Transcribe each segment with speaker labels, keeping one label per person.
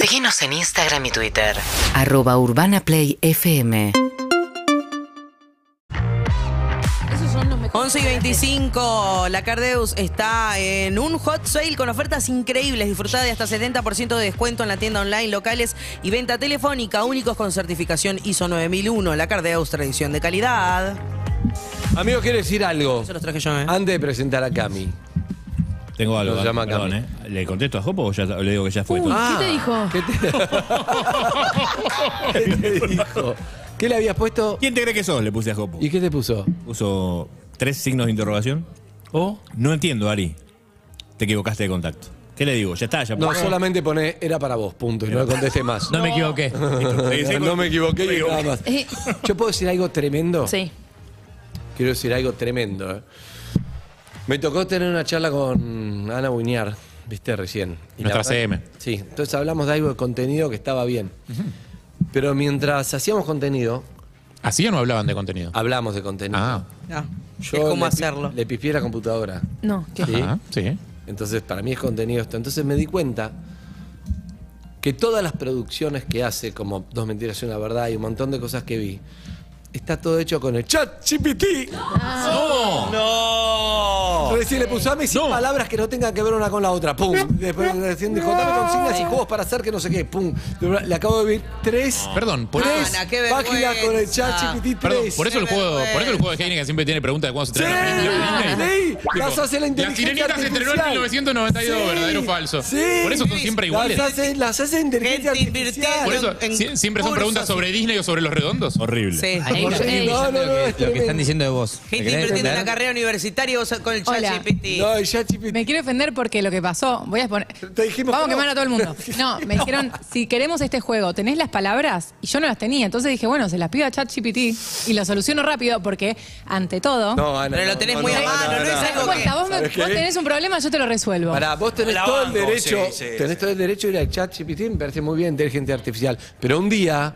Speaker 1: Seguinos en Instagram y Twitter.
Speaker 2: Arroba Urbana Play FM.
Speaker 3: Esos son los mejores.
Speaker 4: 11 y 25, la Cardeus está en un hot sale con ofertas increíbles. Disfrutá de hasta 70% de descuento en la tienda online, locales y venta telefónica, únicos con certificación ISO 9001. La Cardeus, tradición de calidad.
Speaker 5: Amigos, quiero decir algo.
Speaker 4: Eso los traje yo, ¿eh?
Speaker 5: Antes de presentar a Cami.
Speaker 6: Tengo algo.
Speaker 5: Lo llama
Speaker 6: perdón,
Speaker 5: Cami. Ah.
Speaker 6: ¿eh? ¿Le contesto a Jopo o ya o le digo que ya fue?
Speaker 3: Uy, ¿qué
Speaker 6: todo?
Speaker 3: te dijo?
Speaker 5: ¿Qué te, ¿Qué te dijo? Este ¿Qué le habías puesto?
Speaker 6: ¿Quién te cree que sos? Le puse a Jopo.
Speaker 5: ¿Y qué te puso?
Speaker 6: Puso tres signos de interrogación.
Speaker 5: ¿O?
Speaker 6: No entiendo, Ari. Te equivocaste de contacto. ¿Qué le digo? Ya está, ya
Speaker 5: No,
Speaker 6: pasó.
Speaker 5: solamente pone era para vos, punto. Y no le contesté más.
Speaker 7: No me equivoqué.
Speaker 6: Listo, seguí, seguí.
Speaker 5: No me equivoqué
Speaker 6: Me
Speaker 5: y nada más.
Speaker 3: Eh,
Speaker 5: ¿Yo puedo decir algo tremendo?
Speaker 3: sí.
Speaker 5: Quiero decir algo tremendo. ¿eh? Me tocó tener una charla con Ana Buñar, viste, recién. Y la
Speaker 7: Nuestra
Speaker 5: verdad-
Speaker 7: CM.
Speaker 5: Sí, entonces hablamos de algo de contenido que estaba bien. Pero mientras hacíamos contenido,
Speaker 7: ¿Así o no hablaban de contenido?
Speaker 5: hablamos de contenido.
Speaker 7: Ah,
Speaker 4: Ah,
Speaker 5: Yo
Speaker 4: es
Speaker 5: le
Speaker 4: cómo
Speaker 5: pi-
Speaker 4: hacerlo.
Speaker 5: Le pifié la computadora.
Speaker 3: No, ¿qué?
Speaker 5: ¿sí?
Speaker 7: ajá, sí.
Speaker 5: Entonces, para mí es contenido esto. Entonces me di cuenta que todas las producciones que hace, como Dos Mentiras y una Verdad y un montón de cosas que vi, está todo hecho con el chat GPT. ¡No! Recién le puso a mí sin palabras que no tengan que ver una con la otra. ¡Pum! Después recién dijo, dame consignas y juegos para hacer que no sé qué. ¡Pum! De verdad, Le acabo de ver tres,
Speaker 7: Perdón, por
Speaker 5: tres
Speaker 7: eso.
Speaker 4: Ana, qué
Speaker 5: páginas con el chat
Speaker 4: vergüenza.
Speaker 5: GPT.
Speaker 8: Ah.
Speaker 7: Perdón, por eso, el
Speaker 4: Qué
Speaker 7: juego, por eso el
Speaker 4: vergüenza.
Speaker 7: juego de Heineken siempre tiene preguntas de cuándo se
Speaker 5: Sí,
Speaker 7: estrenó la película de Disney.
Speaker 5: sí, las hace la
Speaker 7: La
Speaker 5: inteligencia
Speaker 7: sirenita se estrenó en
Speaker 5: artificial.
Speaker 7: 1992, verdadero o falso. Por eso son siempre iguales.
Speaker 5: Las hace, las hace inteligencia
Speaker 4: Gente
Speaker 5: artificial.
Speaker 7: Por eso
Speaker 4: en-
Speaker 7: sie- siempre son
Speaker 4: cursos.
Speaker 7: preguntas sobre Disney o sobre los redondos.
Speaker 6: Horrible.
Speaker 4: Sí.
Speaker 8: Ahí
Speaker 3: Por
Speaker 8: lo-
Speaker 3: sí,
Speaker 8: ahí
Speaker 5: no,
Speaker 8: diciendo
Speaker 5: no,
Speaker 8: lo
Speaker 5: no,
Speaker 8: que-
Speaker 5: es
Speaker 8: Lo que
Speaker 5: tremendo.
Speaker 8: están diciendo de vos. ¿Te
Speaker 4: Gente
Speaker 8: querés
Speaker 4: invirtiendo en la
Speaker 8: defender?
Speaker 4: carrera universitaria vos con el chat
Speaker 3: Hola.
Speaker 4: GPT.
Speaker 5: No, el ChatGPT.
Speaker 9: Me quiero defender porque lo que pasó, voy a poner.
Speaker 5: Te dijimos
Speaker 9: Vamos a
Speaker 5: que no.
Speaker 9: quemar a todo el mundo. No, me dijeron, si queremos este juego, ¿tenés las palabras? Y yo no las tenía. Entonces dije, bueno, se las pido a ChatGPT y lo soluciono rápido porque, ante todo.
Speaker 5: No, Ana,
Speaker 4: Pero lo tenés muy a mano, no, es
Speaker 9: ¿Te das
Speaker 4: algo que-
Speaker 9: cuenta? Vos, me-
Speaker 5: ¿Sabés qué?
Speaker 9: vos tenés un problema, yo te lo resuelvo.
Speaker 5: Pará, vos tenés
Speaker 10: La
Speaker 5: todo el
Speaker 10: banco,
Speaker 5: derecho,
Speaker 10: sí, sí,
Speaker 5: tenés
Speaker 10: sí.
Speaker 5: todo el derecho a ir al chat GPT, me parece muy bien, inteligencia artificial. Pero un día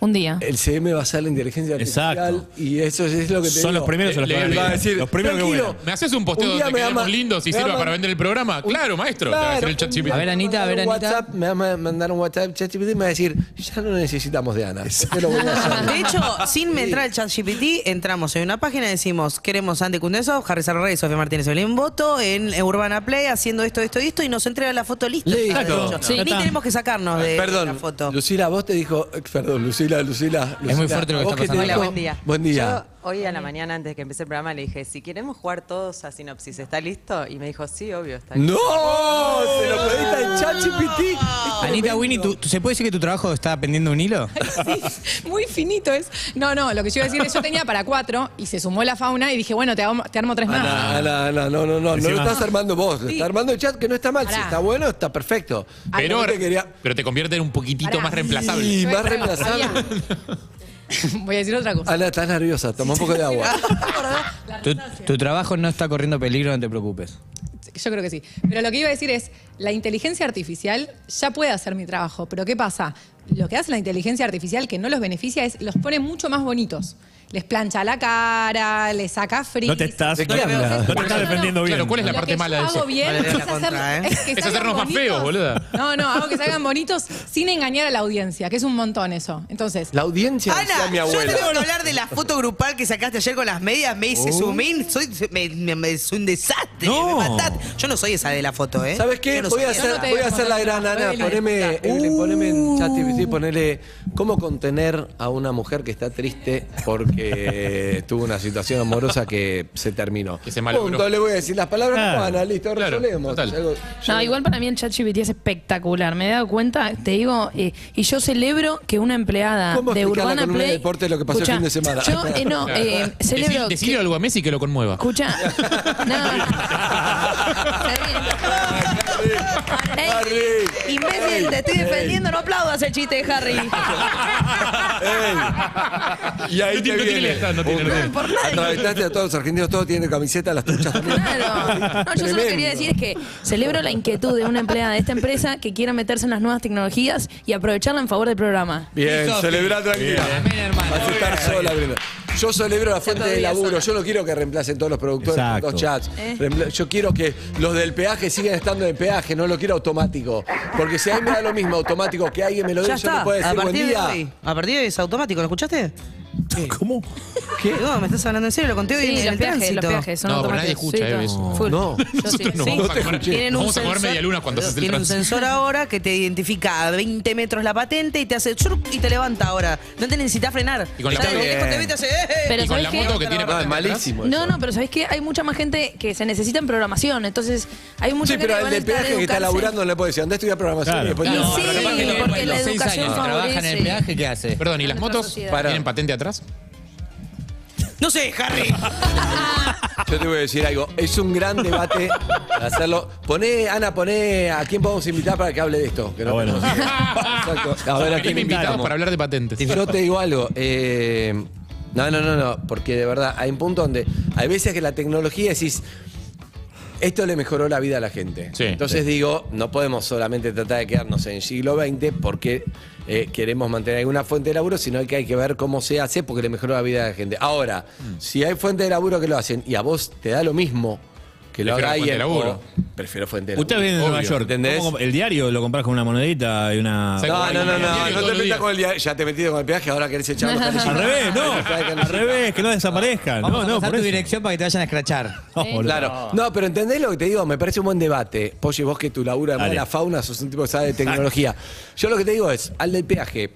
Speaker 9: Un día.
Speaker 5: el CM va a ser la inteligencia artificial
Speaker 6: Exacto.
Speaker 5: y eso es, es lo que te
Speaker 6: Son los
Speaker 5: digo.
Speaker 6: primeros o los
Speaker 7: Le-
Speaker 6: que
Speaker 7: le-
Speaker 6: van
Speaker 7: va a
Speaker 6: venir.
Speaker 5: decir,
Speaker 6: Los primeros que
Speaker 5: tranquilo.
Speaker 6: vuelan.
Speaker 7: ¿Me haces un posteo
Speaker 5: Un día
Speaker 7: donde
Speaker 5: me
Speaker 7: quedemos
Speaker 5: ama-
Speaker 7: lindos y
Speaker 5: me
Speaker 7: sirva
Speaker 5: ama-
Speaker 7: para vender el programa? Claro, maestro. Te va a hacer el chat
Speaker 5: un día
Speaker 7: chip.
Speaker 8: A ver,
Speaker 5: me
Speaker 8: Anita, a ver,
Speaker 5: mandaron
Speaker 8: Anita.
Speaker 5: WhatsApp, me va a mandar un WhatsApp, ChatGPT, me va a decir, ya no necesitamos de Ana. Te lo voy a hacer.
Speaker 4: De hecho, sin entrar al chat GPT, entramos en una página y decimos, queremos Andy Cundeso, Harry Sarrey, Sofía Martínez Belén Boto, en Urbana Play, haciendo esto, esto y esto, y nos entrega la foto lista.
Speaker 5: Listo.
Speaker 4: ya está, de hecho.
Speaker 8: Sí.
Speaker 4: Ni tenemos que sacarnos de la
Speaker 5: Perdón,
Speaker 4: foto.
Speaker 5: Lucila, vos te dijo, eh, perdón, Lucila, Lucila, Lucila,
Speaker 8: muy fuerte lo
Speaker 5: ¿a
Speaker 8: que
Speaker 5: vos
Speaker 8: está
Speaker 5: qué te
Speaker 8: pasando.
Speaker 5: dijo?
Speaker 11: Hola, buen día.
Speaker 5: Buen día.
Speaker 11: Yo hoy a la mañana, antes de que empecé el programa, le dije, si queremos jugar todos a Sinopsis, ¿está listo? Y me dijo, sí, obvio, está listo.
Speaker 5: ¡No! ¡Se lo pediste al ChatGPT!
Speaker 8: Anita Winnie, ¿tú- tú- ¿se puede decir que tu trabajo está pendiendo un hilo?
Speaker 9: Muy finito es. No, no, lo que yo iba a decir es, yo tenía para cuatro y se sumó la fauna y dije, bueno, te, armo- te armo tres más.
Speaker 5: Ana, Ana, Ana, no, no, no, no lo
Speaker 6: Encima-
Speaker 5: estás armando vos, lo está armando el chat, que no está mal, si
Speaker 9: Pará.
Speaker 5: está bueno, está perfecto.
Speaker 7: Pero,
Speaker 5: Yo te quería...
Speaker 7: pero te convierte en un poquitito
Speaker 9: Pará.
Speaker 7: más reemplazable.
Speaker 5: Y
Speaker 9: Yo
Speaker 5: más
Speaker 9: creo,
Speaker 5: reemplazable.
Speaker 9: había- Voy a decir otra cosa.
Speaker 5: Ana, estás nerviosa, toma un poco de agua.
Speaker 8: Tu, tu trabajo no está corriendo peligro, no te preocupes.
Speaker 9: Yo creo que sí. Pero lo que iba a decir es, la inteligencia artificial ya puede hacer mi trabajo, pero ¿qué pasa? Lo que hace la inteligencia artificial que no los beneficia es los pone mucho más bonitos. Les plancha la cara, les saca frío.
Speaker 6: No te estás,
Speaker 5: ¿De
Speaker 6: no
Speaker 5: qué
Speaker 6: te
Speaker 5: hablas?
Speaker 6: estás
Speaker 9: No, no, no.
Speaker 6: defendiendo bien.
Speaker 7: Claro, ¿cuál es la parte mala de
Speaker 9: hago
Speaker 7: eso?
Speaker 9: bien
Speaker 4: Valeria
Speaker 9: es,
Speaker 4: la contra,
Speaker 9: hacer-
Speaker 4: ¿eh?
Speaker 9: que
Speaker 7: Es
Speaker 9: salgan
Speaker 7: hacernos más
Speaker 9: bonitos.
Speaker 7: feos, boluda.
Speaker 9: No, no, hago que salgan bonitos sin engañar a la audiencia, que es un montón eso. Entonces,
Speaker 5: La audiencia decía
Speaker 4: Ana,
Speaker 5: mi
Speaker 4: yo te tengo que
Speaker 5: abuela. Oh.
Speaker 4: hablar de la foto grupal que sacaste ayer con las medias, me hice zoom in, soy, me- me- me- soy un desastre,
Speaker 8: No.
Speaker 4: me mataste. Yo no soy esa de la foto, ¿eh?
Speaker 5: ¿Sabes qué?
Speaker 4: Yo no
Speaker 5: Voy a
Speaker 4: soy
Speaker 5: hacer,
Speaker 4: esa.
Speaker 9: te
Speaker 5: voy a
Speaker 9: digo,
Speaker 5: hacer la
Speaker 9: no,
Speaker 5: gran
Speaker 9: no, no,
Speaker 5: Ana.
Speaker 9: no,
Speaker 5: Poneme,
Speaker 9: no,
Speaker 5: Evelyn, poneme en ChatGPT, ponele cómo contener a una mujer que está triste porque tuvo una situación amorosa que se terminó.
Speaker 7: Que se malogró.
Speaker 5: Punto, le voy a decir las palabras
Speaker 6: Claro.
Speaker 5: como Ana, listo,
Speaker 7: Claro,
Speaker 5: resolvemos.
Speaker 7: total.
Speaker 5: Algo-
Speaker 3: No, igual para mí el chat GPT es espectacular. Me he dado cuenta, te digo, eh, y yo celebro que una
Speaker 7: Ah,
Speaker 3: empleada
Speaker 5: ¿Cómo
Speaker 3: de
Speaker 5: explicar la
Speaker 3: Urbana
Speaker 5: columna de
Speaker 3: Play.
Speaker 5: deporte lo que pasó el
Speaker 3: Escuchá,
Speaker 5: fin de semana?
Speaker 3: Yo, eh, no,
Speaker 7: Claro.
Speaker 3: eh, celebro.
Speaker 7: Decí- decile
Speaker 3: que-
Speaker 7: algo a Messi que lo conmueva.
Speaker 3: Escucha. No.
Speaker 5: Harry.
Speaker 3: Ey, Imbécil, te estoy defendiendo, no aplaudas el chiste de Harry.
Speaker 5: Ey. Y ahí te
Speaker 7: No tiene- no tiene
Speaker 5: viene.
Speaker 7: letra, no tiene
Speaker 5: Un-
Speaker 7: letra.
Speaker 3: Por nada.
Speaker 5: Atravesaste a todos los argentinos, todos tienen camiseta, las truchas también.
Speaker 3: Claro. No, yo solo
Speaker 5: Tremendo.
Speaker 3: quería decir es que celebro la inquietud de una empleada de esta empresa que quiera meterse en las nuevas tecnologías y aprovecharla en favor del programa.
Speaker 5: Bien,
Speaker 8: Sofi.
Speaker 5: celebrá tranquila.
Speaker 8: Amén, hermano.
Speaker 5: Vas a estar sola, Brenda. Yo celebro la fuente de
Speaker 4: todavía
Speaker 5: laburo.
Speaker 4: sola.
Speaker 5: Yo no quiero que reemplacen todos los productores,
Speaker 6: Exacto.
Speaker 5: los chats. Reempla- Yo quiero que los del peaje sigan estando en peaje, no lo quiero automático. Porque si a mí me da lo mismo automático que alguien me lo dé,
Speaker 4: Ya
Speaker 5: yo no
Speaker 4: está.
Speaker 5: puedo
Speaker 4: A
Speaker 5: decir buen
Speaker 4: partir de
Speaker 5: día.
Speaker 4: hoy. A partir de hoy es automático, ¿lo escuchaste?
Speaker 6: ¿Cómo?
Speaker 4: No, me estás hablando en serio, lo conté hoy
Speaker 3: Sí,
Speaker 4: en
Speaker 3: los
Speaker 4: el
Speaker 3: viajes,
Speaker 4: tránsito.
Speaker 3: los viajes. Son
Speaker 7: No, pero nadie
Speaker 3: automáticos.
Speaker 7: escucha
Speaker 3: Sí,
Speaker 7: eso.
Speaker 3: full.
Speaker 5: No.
Speaker 7: Nosotros no,
Speaker 5: sí.
Speaker 7: vamos
Speaker 5: No
Speaker 7: a
Speaker 5: te
Speaker 7: comer-
Speaker 5: escuché.
Speaker 7: vamos a comer media luna cuando haces el
Speaker 4: Tiene un
Speaker 7: tránsito.
Speaker 4: sensor ahora que te identifica a 20 metros la patente y te hace churp y te levanta ahora. No te necesitas frenar.
Speaker 7: Y con la
Speaker 4: ¿Sabes?
Speaker 7: moto-
Speaker 4: El viejo te ve y te hace, eh, eh.
Speaker 3: Pero
Speaker 7: Y con
Speaker 3: ¿sabés
Speaker 7: la
Speaker 3: qué?
Speaker 7: moto que tiene
Speaker 5: No, es
Speaker 7: patente atrás.
Speaker 5: Ah, malísimo. eso.
Speaker 3: No, no, pero sabés que hay mucha más gente que se necesita en programación, entonces hay mucha
Speaker 5: Sí,
Speaker 3: gente
Speaker 5: pero
Speaker 3: que va
Speaker 5: al
Speaker 3: a
Speaker 5: del
Speaker 3: necesitar
Speaker 5: peaje que está
Speaker 3: educarse.
Speaker 5: laburando no le puedo decir, andá a estudiar programación
Speaker 6: Claro.
Speaker 5: y después
Speaker 3: Y
Speaker 5: te-
Speaker 3: No, sí,
Speaker 8: capaz que lo-
Speaker 3: porque
Speaker 8: a
Speaker 3: la
Speaker 8: los seis
Speaker 3: educación
Speaker 8: años trabaja en el
Speaker 3: favorece.
Speaker 8: peaje, ¿qué hace?
Speaker 7: Perdón, ¿y las
Speaker 3: Nuestra
Speaker 7: motos
Speaker 3: sociedad.
Speaker 5: Pará.
Speaker 7: tienen patente atrás?
Speaker 4: No sé, Harry.
Speaker 5: Yo te voy a decir algo, es un gran debate hacerlo. Poné, Ana, poné a quién podemos invitar para que hable de esto. Que no
Speaker 6: Ah, bueno.
Speaker 5: tenemos idea. Exacto. A ver, ¿a
Speaker 7: ¿Qué
Speaker 5: quién
Speaker 7: me invitamos
Speaker 5: invitamos?
Speaker 7: para hablar de patentes?
Speaker 5: Yo te digo algo. eh, no, no, no, no. Porque de verdad, hay un punto donde hay veces que la tecnología decís. Esto le mejoró la vida a la gente.
Speaker 7: Sí.
Speaker 5: Entonces digo, no podemos solamente tratar de quedarnos en el siglo XX porque eh, queremos mantener alguna fuente de laburo, sino que hay que ver cómo se hace porque le mejoró la vida a la gente. Ahora,
Speaker 7: Mm.
Speaker 5: si hay fuente de laburo que lo hacen y a vos te da lo mismo que lo
Speaker 7: Prefiero
Speaker 5: haga
Speaker 7: fuente de
Speaker 5: alguien.
Speaker 7: laburo.
Speaker 5: o- prefiero fuente de laburo.
Speaker 6: Usted viene de Nueva
Speaker 7: Obvio,
Speaker 6: York,
Speaker 5: ¿entendés?
Speaker 6: ¿cómo comp- El diario lo compras con una monedita y una.
Speaker 7: Sí.
Speaker 5: No, no, no,
Speaker 7: Diario
Speaker 5: no, no,
Speaker 7: todos
Speaker 5: te
Speaker 7: los
Speaker 5: metas
Speaker 7: días.
Speaker 5: con el diario. Ya te metiste con el peaje, ahora querés echar los
Speaker 6: Al
Speaker 5: canillitos.
Speaker 6: revés, no.
Speaker 5: Echar los
Speaker 6: Al
Speaker 5: canillitos.
Speaker 6: revés, que no desaparezcan.
Speaker 8: Vamos
Speaker 6: No,
Speaker 8: a
Speaker 6: no,
Speaker 8: pasar
Speaker 6: por
Speaker 8: tu
Speaker 6: eso.
Speaker 8: dirección para que te vayan a escrachar.
Speaker 6: No, boludo.
Speaker 5: Claro. No, pero entendés lo que te digo, me parece un buen debate. Poye, vos que tu labura de
Speaker 6: Dale.
Speaker 5: la fauna sos un tipo que sabe de tecnología. Yo lo que te digo es, al del peaje,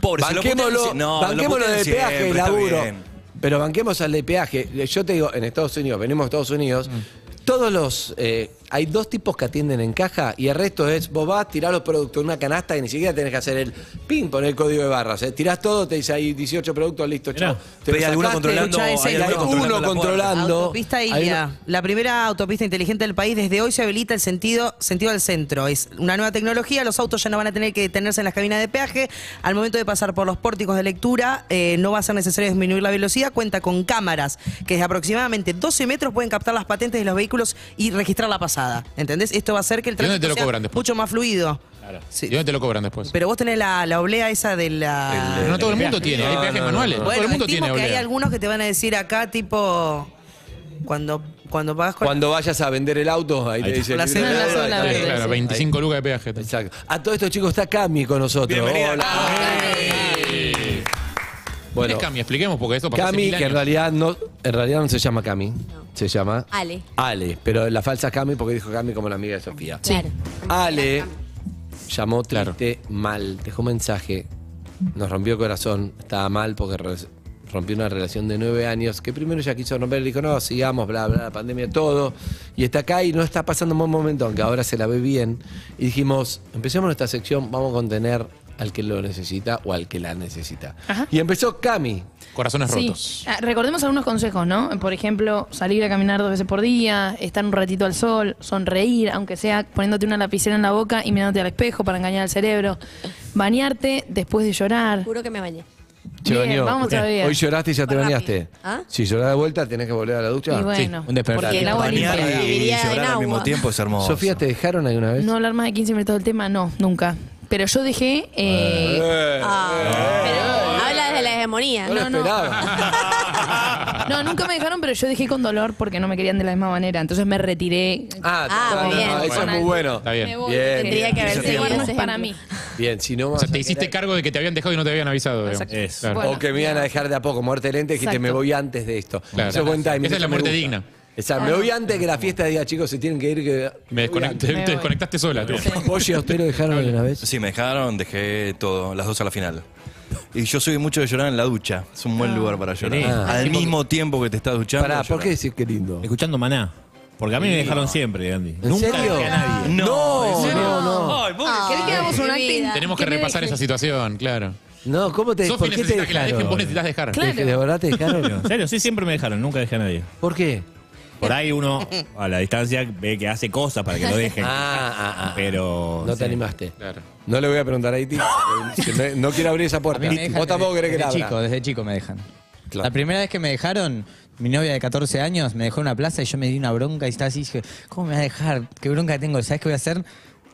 Speaker 10: Pobre, se lo putean
Speaker 5: banquémoslo,
Speaker 10: sie- no,
Speaker 5: banquémoslo
Speaker 10: putean
Speaker 5: del
Speaker 10: siempre,
Speaker 5: peaje,
Speaker 10: está
Speaker 5: laburo.
Speaker 10: bien.
Speaker 5: Pero banquemos al del peaje. Yo te digo, en Estados Unidos, venimos de Estados
Speaker 10: Mm.
Speaker 5: Unidos, todos los. eh, hay dos tipos que atienden en caja y el resto es, vos vas, tirás los productos en una canasta y ni siquiera tenés que hacer el ping, poner el código de barras. eh. Tirás todo, te dice ahí 18 productos, listo,
Speaker 6: Mirá.
Speaker 5: chao. Te
Speaker 10: Pero
Speaker 5: lo
Speaker 10: hay alguno
Speaker 5: sacaste,
Speaker 10: controlando-
Speaker 5: hay
Speaker 4: hay
Speaker 5: uno
Speaker 4: alguno
Speaker 5: controlando.
Speaker 10: controlando la puerta.
Speaker 4: Autopista
Speaker 5: Hay uno-
Speaker 4: Ilia, la primera autopista inteligente del país. Desde hoy se habilita el sentido, sentido al centro. Es una nueva tecnología. Los autos ya no van a tener que detenerse en las cabinas de peaje. Al momento de pasar por los pórticos de lectura, eh, no va a ser necesario disminuir la velocidad. Cuenta con cámaras que desde aproximadamente 12 metros pueden captar las patentes de los vehículos y registrar la pasada. ¿Entendés? Esto va a hacer que el
Speaker 7: dónde te
Speaker 4: tránsito
Speaker 7: lo
Speaker 4: sea
Speaker 7: cobran después?
Speaker 4: mucho más fluido. Sí.
Speaker 7: ¿Y dónde te lo cobran después?
Speaker 4: Pero vos tenés la, la oblea esa de la...
Speaker 7: Pero no todo el mundo tiene, hay peajes manuales. no todo
Speaker 4: Bueno,
Speaker 7: el mundo
Speaker 4: estimo
Speaker 7: tiene
Speaker 4: que hay
Speaker 7: oblea.
Speaker 4: algunos que te van a decir acá, tipo, cuando, cuando pagas con...
Speaker 5: Cuando vayas a vender el auto, ahí,
Speaker 6: Ahí
Speaker 5: te dice.
Speaker 4: La
Speaker 5: el
Speaker 4: cena,
Speaker 5: libro de
Speaker 4: la
Speaker 5: deuda,
Speaker 4: cena,
Speaker 5: ahí
Speaker 7: Sí,
Speaker 5: está.
Speaker 7: claro, 25 lucas de peaje.
Speaker 5: Exacto. A todo esto, chicos, está Cami con nosotros.
Speaker 10: Bienvenida,
Speaker 5: Hola.
Speaker 7: Bueno,
Speaker 5: Bueno,
Speaker 7: Cami? Expliquemos porque eso pasó hace
Speaker 5: Cami,
Speaker 7: mil
Speaker 5: que en
Speaker 7: años.
Speaker 5: realidad no, en realidad no se llama Cami, se llama
Speaker 12: Ale.
Speaker 5: Ale, pero la falsa Cami porque dijo Cami como la amiga de Sofía.
Speaker 12: Claro.
Speaker 5: Ale llamó triste, mal, dejó mensaje, nos rompió el corazón, estaba mal porque re- rompió una relación de nueve años, que primero ya quiso romper, le dijo, no, sigamos, bla, bla, la pandemia, todo, y está acá y no está pasando un buen momento, aunque ahora se la ve bien, y dijimos, empecemos nuestra sección, vamos a contener al que lo necesita o al que la necesita. Y empezó Cami.
Speaker 7: Corazones
Speaker 3: Sí.
Speaker 7: rotos.
Speaker 3: Ah, recordemos algunos consejos, ¿no? Por ejemplo, salir a caminar dos veces por día, estar un ratito al sol, sonreír, aunque sea poniéndote una lapicera en la boca y mirándote al espejo para engañar al cerebro, bañarte después de llorar.
Speaker 12: Juro que me bañé.
Speaker 5: Se
Speaker 3: Bien,
Speaker 5: bañó.
Speaker 3: vamos todavía.
Speaker 5: Hoy lloraste y ya te
Speaker 12: Rápido.
Speaker 5: bañaste.
Speaker 12: ¿Ah?
Speaker 5: Si llorás de vuelta, tenés que volver a la ducha.
Speaker 3: Y bueno,
Speaker 8: un despertar.
Speaker 3: porque el agua
Speaker 10: Bañar
Speaker 3: limpia.
Speaker 10: y,
Speaker 12: Viviría en
Speaker 10: llorar al
Speaker 12: agua.
Speaker 10: mismo tiempo es hermoso.
Speaker 5: Sofía, ¿te dejaron alguna vez?
Speaker 3: No hablar más de 15 minutos del tema, no, nunca. Pero yo dejé... eh,
Speaker 12: Ah, pero habla desde la hegemonía.
Speaker 5: No lo
Speaker 12: No, no.
Speaker 5: esperaba.
Speaker 3: No, nunca me dejaron, pero yo dejé con dolor porque no me querían de la misma manera. Entonces me retiré.
Speaker 5: Ah,
Speaker 12: Ah,
Speaker 5: no, no,
Speaker 12: bien.
Speaker 5: no, eso es muy bueno.
Speaker 7: Está bien.
Speaker 12: Me voy.
Speaker 5: Bien,
Speaker 12: Tendría
Speaker 5: bien.
Speaker 12: que haber
Speaker 10: Eso
Speaker 12: seguido
Speaker 10: tiene
Speaker 12: ese
Speaker 3: Bueno, para mí.
Speaker 5: Bien, si no
Speaker 7: O
Speaker 5: vas
Speaker 7: sea,
Speaker 5: a
Speaker 7: te hiciste
Speaker 5: querer-
Speaker 7: cargo de que te habían dejado y no te habían avisado. digamos.
Speaker 6: Es.
Speaker 7: Claro.
Speaker 5: O que me iban a dejar de a poco, muerte lenta, y dijiste,
Speaker 3: Exacto.
Speaker 5: me voy antes de esto.
Speaker 7: Claro.
Speaker 5: Eso es buen timing.
Speaker 7: Esa es la
Speaker 5: eso me
Speaker 7: muerte
Speaker 5: gusta.
Speaker 7: digna.
Speaker 5: O sea, me voy antes que la fiesta diga, chicos, se tienen que ir. Que...
Speaker 7: Me desconecté,
Speaker 3: Me
Speaker 7: te
Speaker 3: voy.
Speaker 7: desconectaste sola. tú.
Speaker 5: Oye, ¿a usted lo dejaron alguna vez?
Speaker 10: Sí, me dejaron, dejé todo, las dos a la final. Y yo soy mucho de llorar en la ducha. Es un buen lugar para llorar.
Speaker 5: Ah.
Speaker 10: Al mismo tiempo que te estás duchando.
Speaker 5: Pará, ¿por
Speaker 10: llorar.
Speaker 5: qué decís que lindo?
Speaker 6: Escuchando maná. Porque a mí me dejaron siempre, Andy.
Speaker 5: ¿En
Speaker 6: Nunca
Speaker 5: serio?
Speaker 6: dejé a nadie.
Speaker 10: No,
Speaker 5: No, Oh, no, no.
Speaker 3: ¿Querés que hagamos un
Speaker 12: mi
Speaker 3: acting?
Speaker 12: vida.
Speaker 7: Tenemos que
Speaker 3: ¿Qué me
Speaker 7: repasar
Speaker 3: dejes?
Speaker 7: esa situación, claro.
Speaker 5: No, ¿cómo te
Speaker 7: Sofi
Speaker 5: ¿Por qué te
Speaker 7: necesita que la dejen, vos
Speaker 5: dejaron?
Speaker 7: necesitas dejar.
Speaker 3: Claro.
Speaker 5: ¿De verdad te
Speaker 6: ¿En
Speaker 5: dejaron?
Speaker 6: serio? Sí, siempre me dejaron. Nunca dejé a nadie.
Speaker 5: ¿Por qué?
Speaker 6: Por ahí uno a la distancia ve que hace cosas para que lo dejen.
Speaker 5: Ah, ah, ah.
Speaker 6: Pero.
Speaker 5: No te
Speaker 6: sí.
Speaker 5: animaste.
Speaker 7: Claro.
Speaker 5: No le voy a preguntar a Iti. eh, no quiero abrir esa
Speaker 8: A
Speaker 5: puerta.
Speaker 8: mí me dejan
Speaker 5: Vos tampoco
Speaker 8: desde-
Speaker 5: querés que la
Speaker 8: desde chico,
Speaker 5: abra.
Speaker 8: desde chico me dejan.
Speaker 5: Claro.
Speaker 8: La primera vez que me dejaron, mi novia de 14 años me dejó en una plaza y yo me di una bronca y estaba así dije, ¿cómo me va a dejar? ¿Qué bronca tengo? ¿Sabes qué voy a hacer?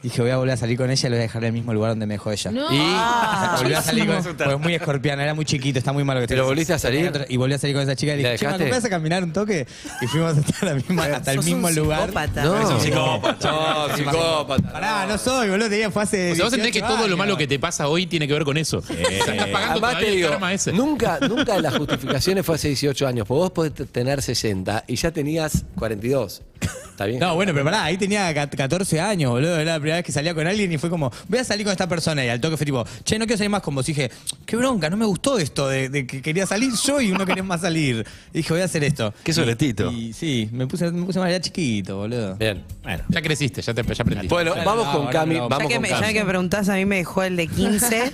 Speaker 8: Dije, voy a volver a salir con ella y lo voy a dejar en el mismo lugar donde me dejó ella.
Speaker 3: No.
Speaker 8: Y
Speaker 3: Ah,
Speaker 8: volví a salir con
Speaker 3: chulísimo.
Speaker 8: Pues muy escorpiana, era muy chiquito, está muy malo que te
Speaker 5: ¿Pero volviste a salir?
Speaker 8: Y volví a salir con esa chica y le
Speaker 5: ¿La
Speaker 8: dije, "Che, ¿me
Speaker 5: dejaste?
Speaker 8: acompañás a caminar un toque? Y fuimos hasta, la misma- hasta el
Speaker 5: Sos
Speaker 8: mismo
Speaker 5: un
Speaker 8: lugar.
Speaker 5: psicópata. No.
Speaker 8: Es un
Speaker 5: No, psicópata.
Speaker 8: Pará, no soy, boludo, te digo, fue hace.
Speaker 7: O sea, vos entendés que
Speaker 8: 18
Speaker 7: todo lo
Speaker 8: años.
Speaker 7: malo que te pasa hoy tiene que ver con eso. O sea, estás pagando
Speaker 5: Eh, Además
Speaker 7: todavía
Speaker 5: te
Speaker 7: el
Speaker 5: digo,
Speaker 7: karma ese.
Speaker 5: nunca, nunca las justificaciones fue hace 18 años. Porque vos podés t- tener 60 y ya tenías 42. ¿Está bien?
Speaker 8: No, bueno, pero pará, ahí tenía cat- 14 años, boludo. Era la primera vez que salía con alguien y fue como, voy a salir con esta persona. Y al toque fue tipo, che, no quiero salir más con vos. Y dije, qué bronca, no me gustó esto de, de que quería salir yo y uno querés más salir. Y dije, voy a hacer esto.
Speaker 10: Qué
Speaker 8: Y-
Speaker 10: soletito.
Speaker 8: Y, sí, me puse, me puse mal, era chiquito, boludo.
Speaker 5: Bien.
Speaker 8: Bueno.
Speaker 7: Ya creciste, ya, te, ya aprendiste.
Speaker 5: Bueno, vamos con Cami,
Speaker 8: no.
Speaker 5: vamos
Speaker 4: ya que,
Speaker 5: con
Speaker 4: me, ya
Speaker 5: Cami.
Speaker 4: que me preguntás, a mí me dejó el de 15.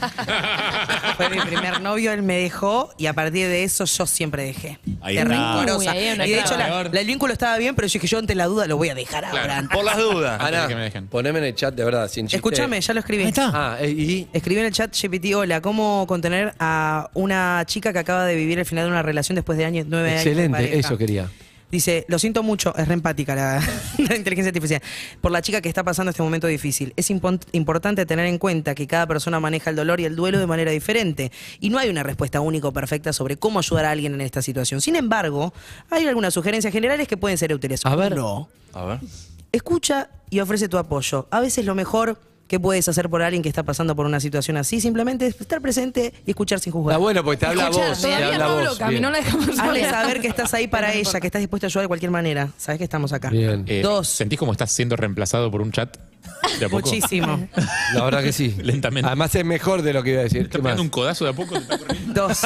Speaker 4: Fue mi primer novio, él me dejó y a partir de eso yo siempre dejé.
Speaker 6: Ahí
Speaker 4: De
Speaker 6: está.
Speaker 3: Uy,
Speaker 4: rencorosa.
Speaker 3: ahí hay una
Speaker 4: y de hecho, la-
Speaker 3: clave.
Speaker 4: la- el vínculo estaba bien, pero yo dije, yo ante la duda lo voy a dejar
Speaker 7: Claro.
Speaker 4: ahora.
Speaker 10: Por las dudas.
Speaker 7: Antes de que me
Speaker 5: Ana,
Speaker 7: dejen.
Speaker 5: poneme en el chat de verdad, sin chiste.
Speaker 4: Escúchame, ya lo escribí.
Speaker 5: Ah, eh, y.
Speaker 4: Escribí en el chat GPT, hola, ¿cómo contener a una chica que acaba de vivir el final de una relación después de años, nueve años? de
Speaker 5: Excelente,
Speaker 4: pareja?
Speaker 5: eso quería.
Speaker 4: Dice, lo siento mucho, es re empática la, la inteligencia artificial, por la chica que está pasando este momento difícil. Es impon- importante tener en cuenta que cada persona maneja el dolor y el duelo de manera diferente y no hay una respuesta única o perfecta sobre cómo ayudar a alguien en esta situación. Sin embargo, hay algunas sugerencias generales que pueden ser útiles.
Speaker 5: A ver.
Speaker 4: Uno,
Speaker 10: A ver.
Speaker 4: escucha y ofrece tu apoyo. A veces lo mejor que puedes hacer por alguien que está pasando por una situación así simplemente es estar presente y escuchar sin juzgar.
Speaker 5: Está bueno, porque te habla
Speaker 3: Escuchá,
Speaker 5: vos. Te
Speaker 3: todavía
Speaker 5: habla
Speaker 3: no
Speaker 5: vos.
Speaker 3: hablo, Cami,
Speaker 5: bien.
Speaker 3: no la dejamos
Speaker 4: Hazle
Speaker 3: sola.
Speaker 4: saber que estás ahí para ella, que estás dispuesto a ayudar de cualquier manera. Sabes que estamos acá.
Speaker 5: Bien.
Speaker 7: Eh,
Speaker 4: Dos.
Speaker 7: ¿Sentís cómo estás siendo reemplazado por un chat? ¿De a poco?
Speaker 4: Muchísimo.
Speaker 5: La verdad que sí.
Speaker 7: Lentamente.
Speaker 5: Además es mejor de lo que iba a decir.
Speaker 7: ¿Estás
Speaker 5: ¿Qué más?
Speaker 7: pegando un codazo de a poco? ¿Te está corriendo?
Speaker 4: Dos.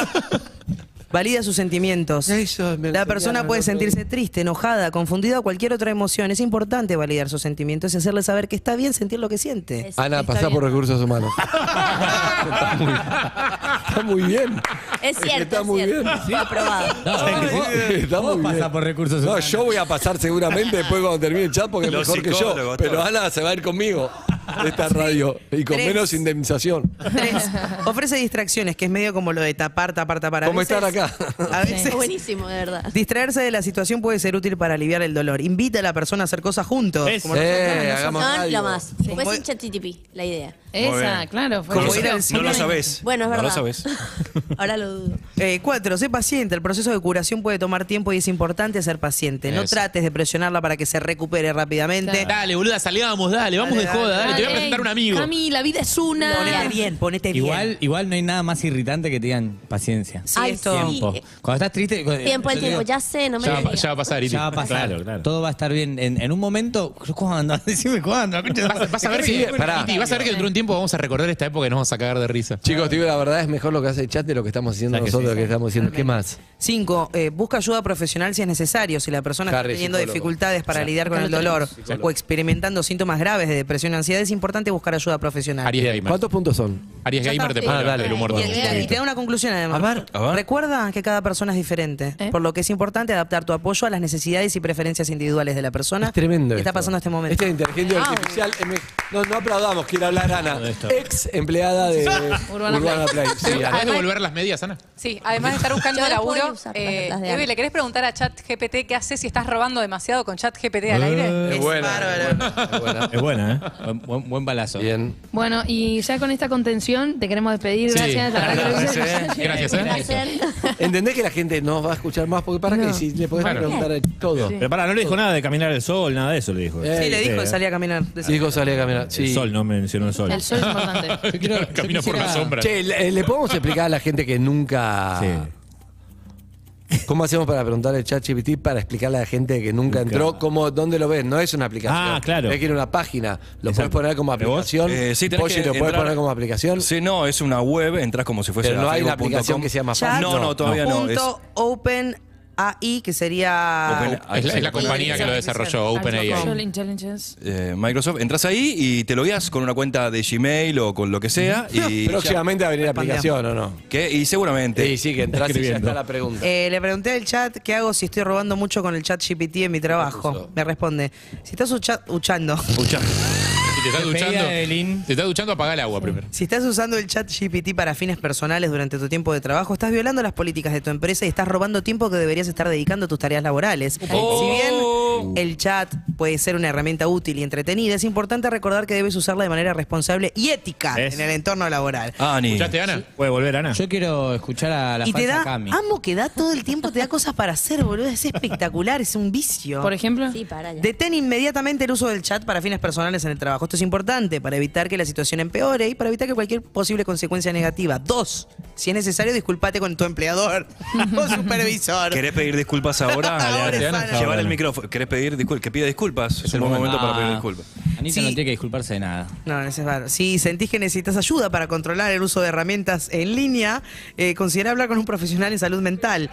Speaker 4: Valida sus sentimientos.
Speaker 5: Eso me
Speaker 4: La
Speaker 5: lo
Speaker 4: persona
Speaker 5: tenía,
Speaker 4: puede
Speaker 5: no lo tenía.
Speaker 4: sentirse triste, enojada, confundida o cualquier otra emoción. Es importante validar sus sentimientos y hacerle saber que está bien sentir lo que siente.
Speaker 12: Es-
Speaker 5: Ana,
Speaker 12: está
Speaker 5: pasá
Speaker 12: bien.
Speaker 5: por recursos humanos. está, muy, está muy bien.
Speaker 12: Es
Speaker 5: que
Speaker 12: cierto,
Speaker 5: Está
Speaker 12: es
Speaker 5: muy
Speaker 12: cierto.
Speaker 5: bien.
Speaker 12: Fue aprobado.
Speaker 8: No, vos-
Speaker 5: Está
Speaker 8: vos
Speaker 5: muy
Speaker 8: pasás
Speaker 5: bien.
Speaker 8: por recursos
Speaker 5: No,
Speaker 8: humanos.
Speaker 5: yo voy a pasar seguramente después cuando termine el chat porque es
Speaker 10: Los
Speaker 5: mejor que yo.
Speaker 10: psicólogos,
Speaker 5: Pero
Speaker 10: todo.
Speaker 5: Ana se va a ir conmigo de esta radio y con
Speaker 4: Tres.
Speaker 5: menos indemnización.
Speaker 4: Tres. Ofrece distracciones, que es medio como lo de tapar, tapar, tapar. A
Speaker 5: ¿Cómo
Speaker 4: veces-
Speaker 5: estar acá?
Speaker 4: A veces,
Speaker 12: Es buenísimo, de verdad.
Speaker 4: Distraerse de la situación puede ser útil para aliviar el dolor. Invita a la persona a hacer cosas juntos.
Speaker 6: Es-
Speaker 4: como nosotros.
Speaker 5: Eh, hagamos
Speaker 12: Son
Speaker 5: algo.
Speaker 12: lo más. Fue sin ChatGTP, la idea.
Speaker 3: Esa, claro. fue
Speaker 4: Como
Speaker 3: eso.
Speaker 4: ir al
Speaker 10: No lo
Speaker 4: cine.
Speaker 10: sabés.
Speaker 12: Bueno, es
Speaker 10: No
Speaker 12: verdad.
Speaker 10: lo sabés.
Speaker 12: Ahora lo dudo.
Speaker 4: Eh, cuatro, sé paciente. El proceso de curación puede tomar tiempo y es importante ser paciente. No
Speaker 7: Eso.
Speaker 4: trates de presionarla para que se recupere rápidamente.
Speaker 7: Dale, boluda, salgamos, dale, vamos
Speaker 4: Dale,
Speaker 7: de joda,
Speaker 4: dale,
Speaker 7: dale, te voy a
Speaker 3: Ey,
Speaker 7: presentar un amigo.
Speaker 3: Cami, la vida es una.
Speaker 4: Ponete bien, ponete bien.
Speaker 8: Igual, igual no hay nada más irritante que te digan paciencia.
Speaker 4: Sí,
Speaker 12: Ay,
Speaker 4: esto-
Speaker 12: sí.
Speaker 8: Tiempo. Cuando estás triste. cu-
Speaker 12: Tiempo al
Speaker 8: yo te
Speaker 12: tiempo,
Speaker 8: digo,
Speaker 12: ya sé, no me
Speaker 7: Ya
Speaker 12: lo
Speaker 7: va,
Speaker 12: digas.
Speaker 7: ya va a pasar, Iri.
Speaker 8: Eh, Ya va a pasar.
Speaker 6: Claro, claro.
Speaker 8: Todo va a estar bien. En, en un momento, ¿cuándo? Decime cuándo.
Speaker 7: Vas, vas a ver
Speaker 5: Sí,
Speaker 7: que,
Speaker 5: pará.
Speaker 7: Iti, vas a ver que dentro de un tiempo vamos a recordar esta época y nos vamos a cagar de risa.
Speaker 5: Chicos, tío, la verdad es mejor lo que hace el chat de lo que estamos haciendo
Speaker 6: Ya que sí,
Speaker 5: nosotros, lo
Speaker 6: sí.
Speaker 5: que estamos haciendo. ¿Qué más?
Speaker 4: Cinco, eh, busca ayuda profesional si es necesario, si la persona está
Speaker 5: Harry,
Speaker 4: teniendo
Speaker 5: psicólogo.
Speaker 4: dificultades para lidiar con
Speaker 3: acá
Speaker 4: el
Speaker 3: lo
Speaker 4: dolor o experimentando síntomas graves de depresión o ansiedad, es importante buscar ayuda profesional.
Speaker 7: Arias Gamer.
Speaker 5: ¿Cuántos puntos son?
Speaker 7: Arias
Speaker 4: Ya
Speaker 7: Gamer
Speaker 4: está.
Speaker 7: te pone
Speaker 5: Ah, dale.
Speaker 7: el humor de
Speaker 12: Bien,
Speaker 7: un
Speaker 12: bien.
Speaker 4: Y
Speaker 7: poquito.
Speaker 4: te da una conclusión además.
Speaker 5: A ver,
Speaker 10: a ver.
Speaker 4: Recuerda que cada persona es diferente,
Speaker 3: ¿Eh?
Speaker 4: por lo que es importante adaptar tu apoyo a las necesidades y preferencias individuales de la persona
Speaker 5: Es tremendo.
Speaker 4: que está
Speaker 5: esto.
Speaker 4: pasando este momento.
Speaker 5: Esta inteligencia artificial. es me- No, no aplaudamos, quiero hablar Ana. Ex empleada de Urbana,
Speaker 3: Urbana
Speaker 5: Play. Sí,
Speaker 7: ¿Te
Speaker 5: Ana.
Speaker 7: ¿Vas a devolver las medias, Ana?
Speaker 9: Sí, además de estar buscando
Speaker 12: Yo las puedo
Speaker 9: laburo,
Speaker 12: usar,
Speaker 9: eh,
Speaker 12: las de
Speaker 9: Eve,
Speaker 12: Ana.
Speaker 9: ¿le querés preguntar a ChatGPT qué haces si estás robando demasiado con ChatGPT
Speaker 6: Eh.
Speaker 9: al
Speaker 7: Eh,
Speaker 9: aire?
Speaker 5: Es buena. Es buena, es buena.
Speaker 6: Es buena, ¿eh?
Speaker 8: Buen, buen- buen balazo.
Speaker 5: Bien.
Speaker 3: Bueno, y ya con esta contención te queremos despedir.
Speaker 7: Sí.
Speaker 3: Gracias. La verdad que lo hice-
Speaker 7: Gracias,
Speaker 12: Un
Speaker 7: ¿eh?
Speaker 12: placer.
Speaker 5: ¿Entendés que la gente no va a escuchar más? Porque para que si le podés
Speaker 7: Claro.
Speaker 5: preguntar todo.
Speaker 6: ¿eh? Pero pará, no le dijo nada de caminar el sol, nada de eso le dijo.
Speaker 5: Eh,
Speaker 4: Sí, le dijo
Speaker 6: eh.
Speaker 4: que salía a caminar. Decía-
Speaker 5: Digo, salí a caminar.
Speaker 6: El
Speaker 5: Sí.
Speaker 6: sol, no mencionó el sol.
Speaker 3: El sol es importante.
Speaker 8: quiero-
Speaker 7: Camino
Speaker 8: yo
Speaker 7: por la
Speaker 8: quisiera-
Speaker 7: sombra.
Speaker 5: Che, ¿le, le podemos explicar a la gente que nunca. ¿Cómo hacemos para preguntarle al chat GPT para explicarle a la gente que nunca, entró cómo, dónde lo ves? No es una aplicación.
Speaker 6: Ah, claro.
Speaker 5: Es que ir a una página. Lo puedes
Speaker 6: Exacto.
Speaker 5: poner como
Speaker 6: ¿Pero vos?
Speaker 5: aplicación.
Speaker 10: Eh, sí, tenés
Speaker 5: Oye,
Speaker 10: que
Speaker 5: lo puedes
Speaker 10: entrar-
Speaker 5: poner como aplicación.
Speaker 10: Sí, no, es una web, entras como si fuese
Speaker 5: Pero no
Speaker 10: a
Speaker 5: hay una
Speaker 10: facebook.com.
Speaker 5: aplicación que sea más
Speaker 4: fácil.
Speaker 10: No, no, todavía no. es-
Speaker 4: punto open AI, que sería
Speaker 10: Open-
Speaker 7: Es la, es la compañía que lo desarrolló, OpenAI.
Speaker 3: Challenge, challenges.
Speaker 10: eh, Microsoft, entras ahí y te logueas con una cuenta de Gmail o con lo que sea. Y,
Speaker 5: Próximamente va a venir la aplicación, ¿o no?
Speaker 10: ¿Qué? y seguramente.
Speaker 5: Sí, sí, que entras y ya
Speaker 6: Escribiendo.
Speaker 5: está la pregunta.
Speaker 4: Eh, le pregunté al chat qué hago si estoy robando mucho con el chat GPT en mi trabajo. Me responde, si estás ucha- uchando,
Speaker 7: Si te estás
Speaker 8: Despedida
Speaker 7: duchando,
Speaker 8: de Belín.
Speaker 7: te estás duchando, apaga el agua primero.
Speaker 4: si estás usando el chat GPT para fines personales durante tu tiempo de trabajo, estás
Speaker 8: Oh.
Speaker 4: violando las políticas de tu empresa y estás robando tiempo que deberías estar dedicando a tus tareas laborales. Si bien
Speaker 10: Bravo.
Speaker 4: El chat puede ser una herramienta útil y entretenida. Es importante recordar que debes usarla de manera responsable y ética
Speaker 8: ¿Ves?
Speaker 4: en el entorno laboral.
Speaker 10: Ah,
Speaker 8: ¿Escuchaste,
Speaker 7: Ana?
Speaker 8: ¿Puede volver, Ana? Yo quiero escuchar a la
Speaker 4: y te
Speaker 8: falsa
Speaker 4: da, Ah.
Speaker 8: Cami.
Speaker 4: amo que da todo el tiempo, te da cosas para hacer, boludo. Es espectacular, es un vicio.
Speaker 3: Por ejemplo.
Speaker 12: Sí, para ya.
Speaker 4: Detén inmediatamente el uso del chat para fines personales en el trabajo. Esto es importante para evitar que la situación empeore y para evitar que cualquier posible consecuencia negativa. Dos, si es necesario, disculpate con tu empleador o supervisor.
Speaker 10: ¿Querés pedir disculpas ahora?
Speaker 4: Ahora es Ana.
Speaker 10: Llevar el micrófono. ¿Querés pedir disculpas? Que pida disculpas. Es el buen momento para pedir disculpas.
Speaker 8: Anita no tiene que disculparse de nada.
Speaker 4: No, no es raro. Si sentís que necesitas ayuda para controlar el uso de herramientas en línea, eh, considera hablar con un profesional en salud mental.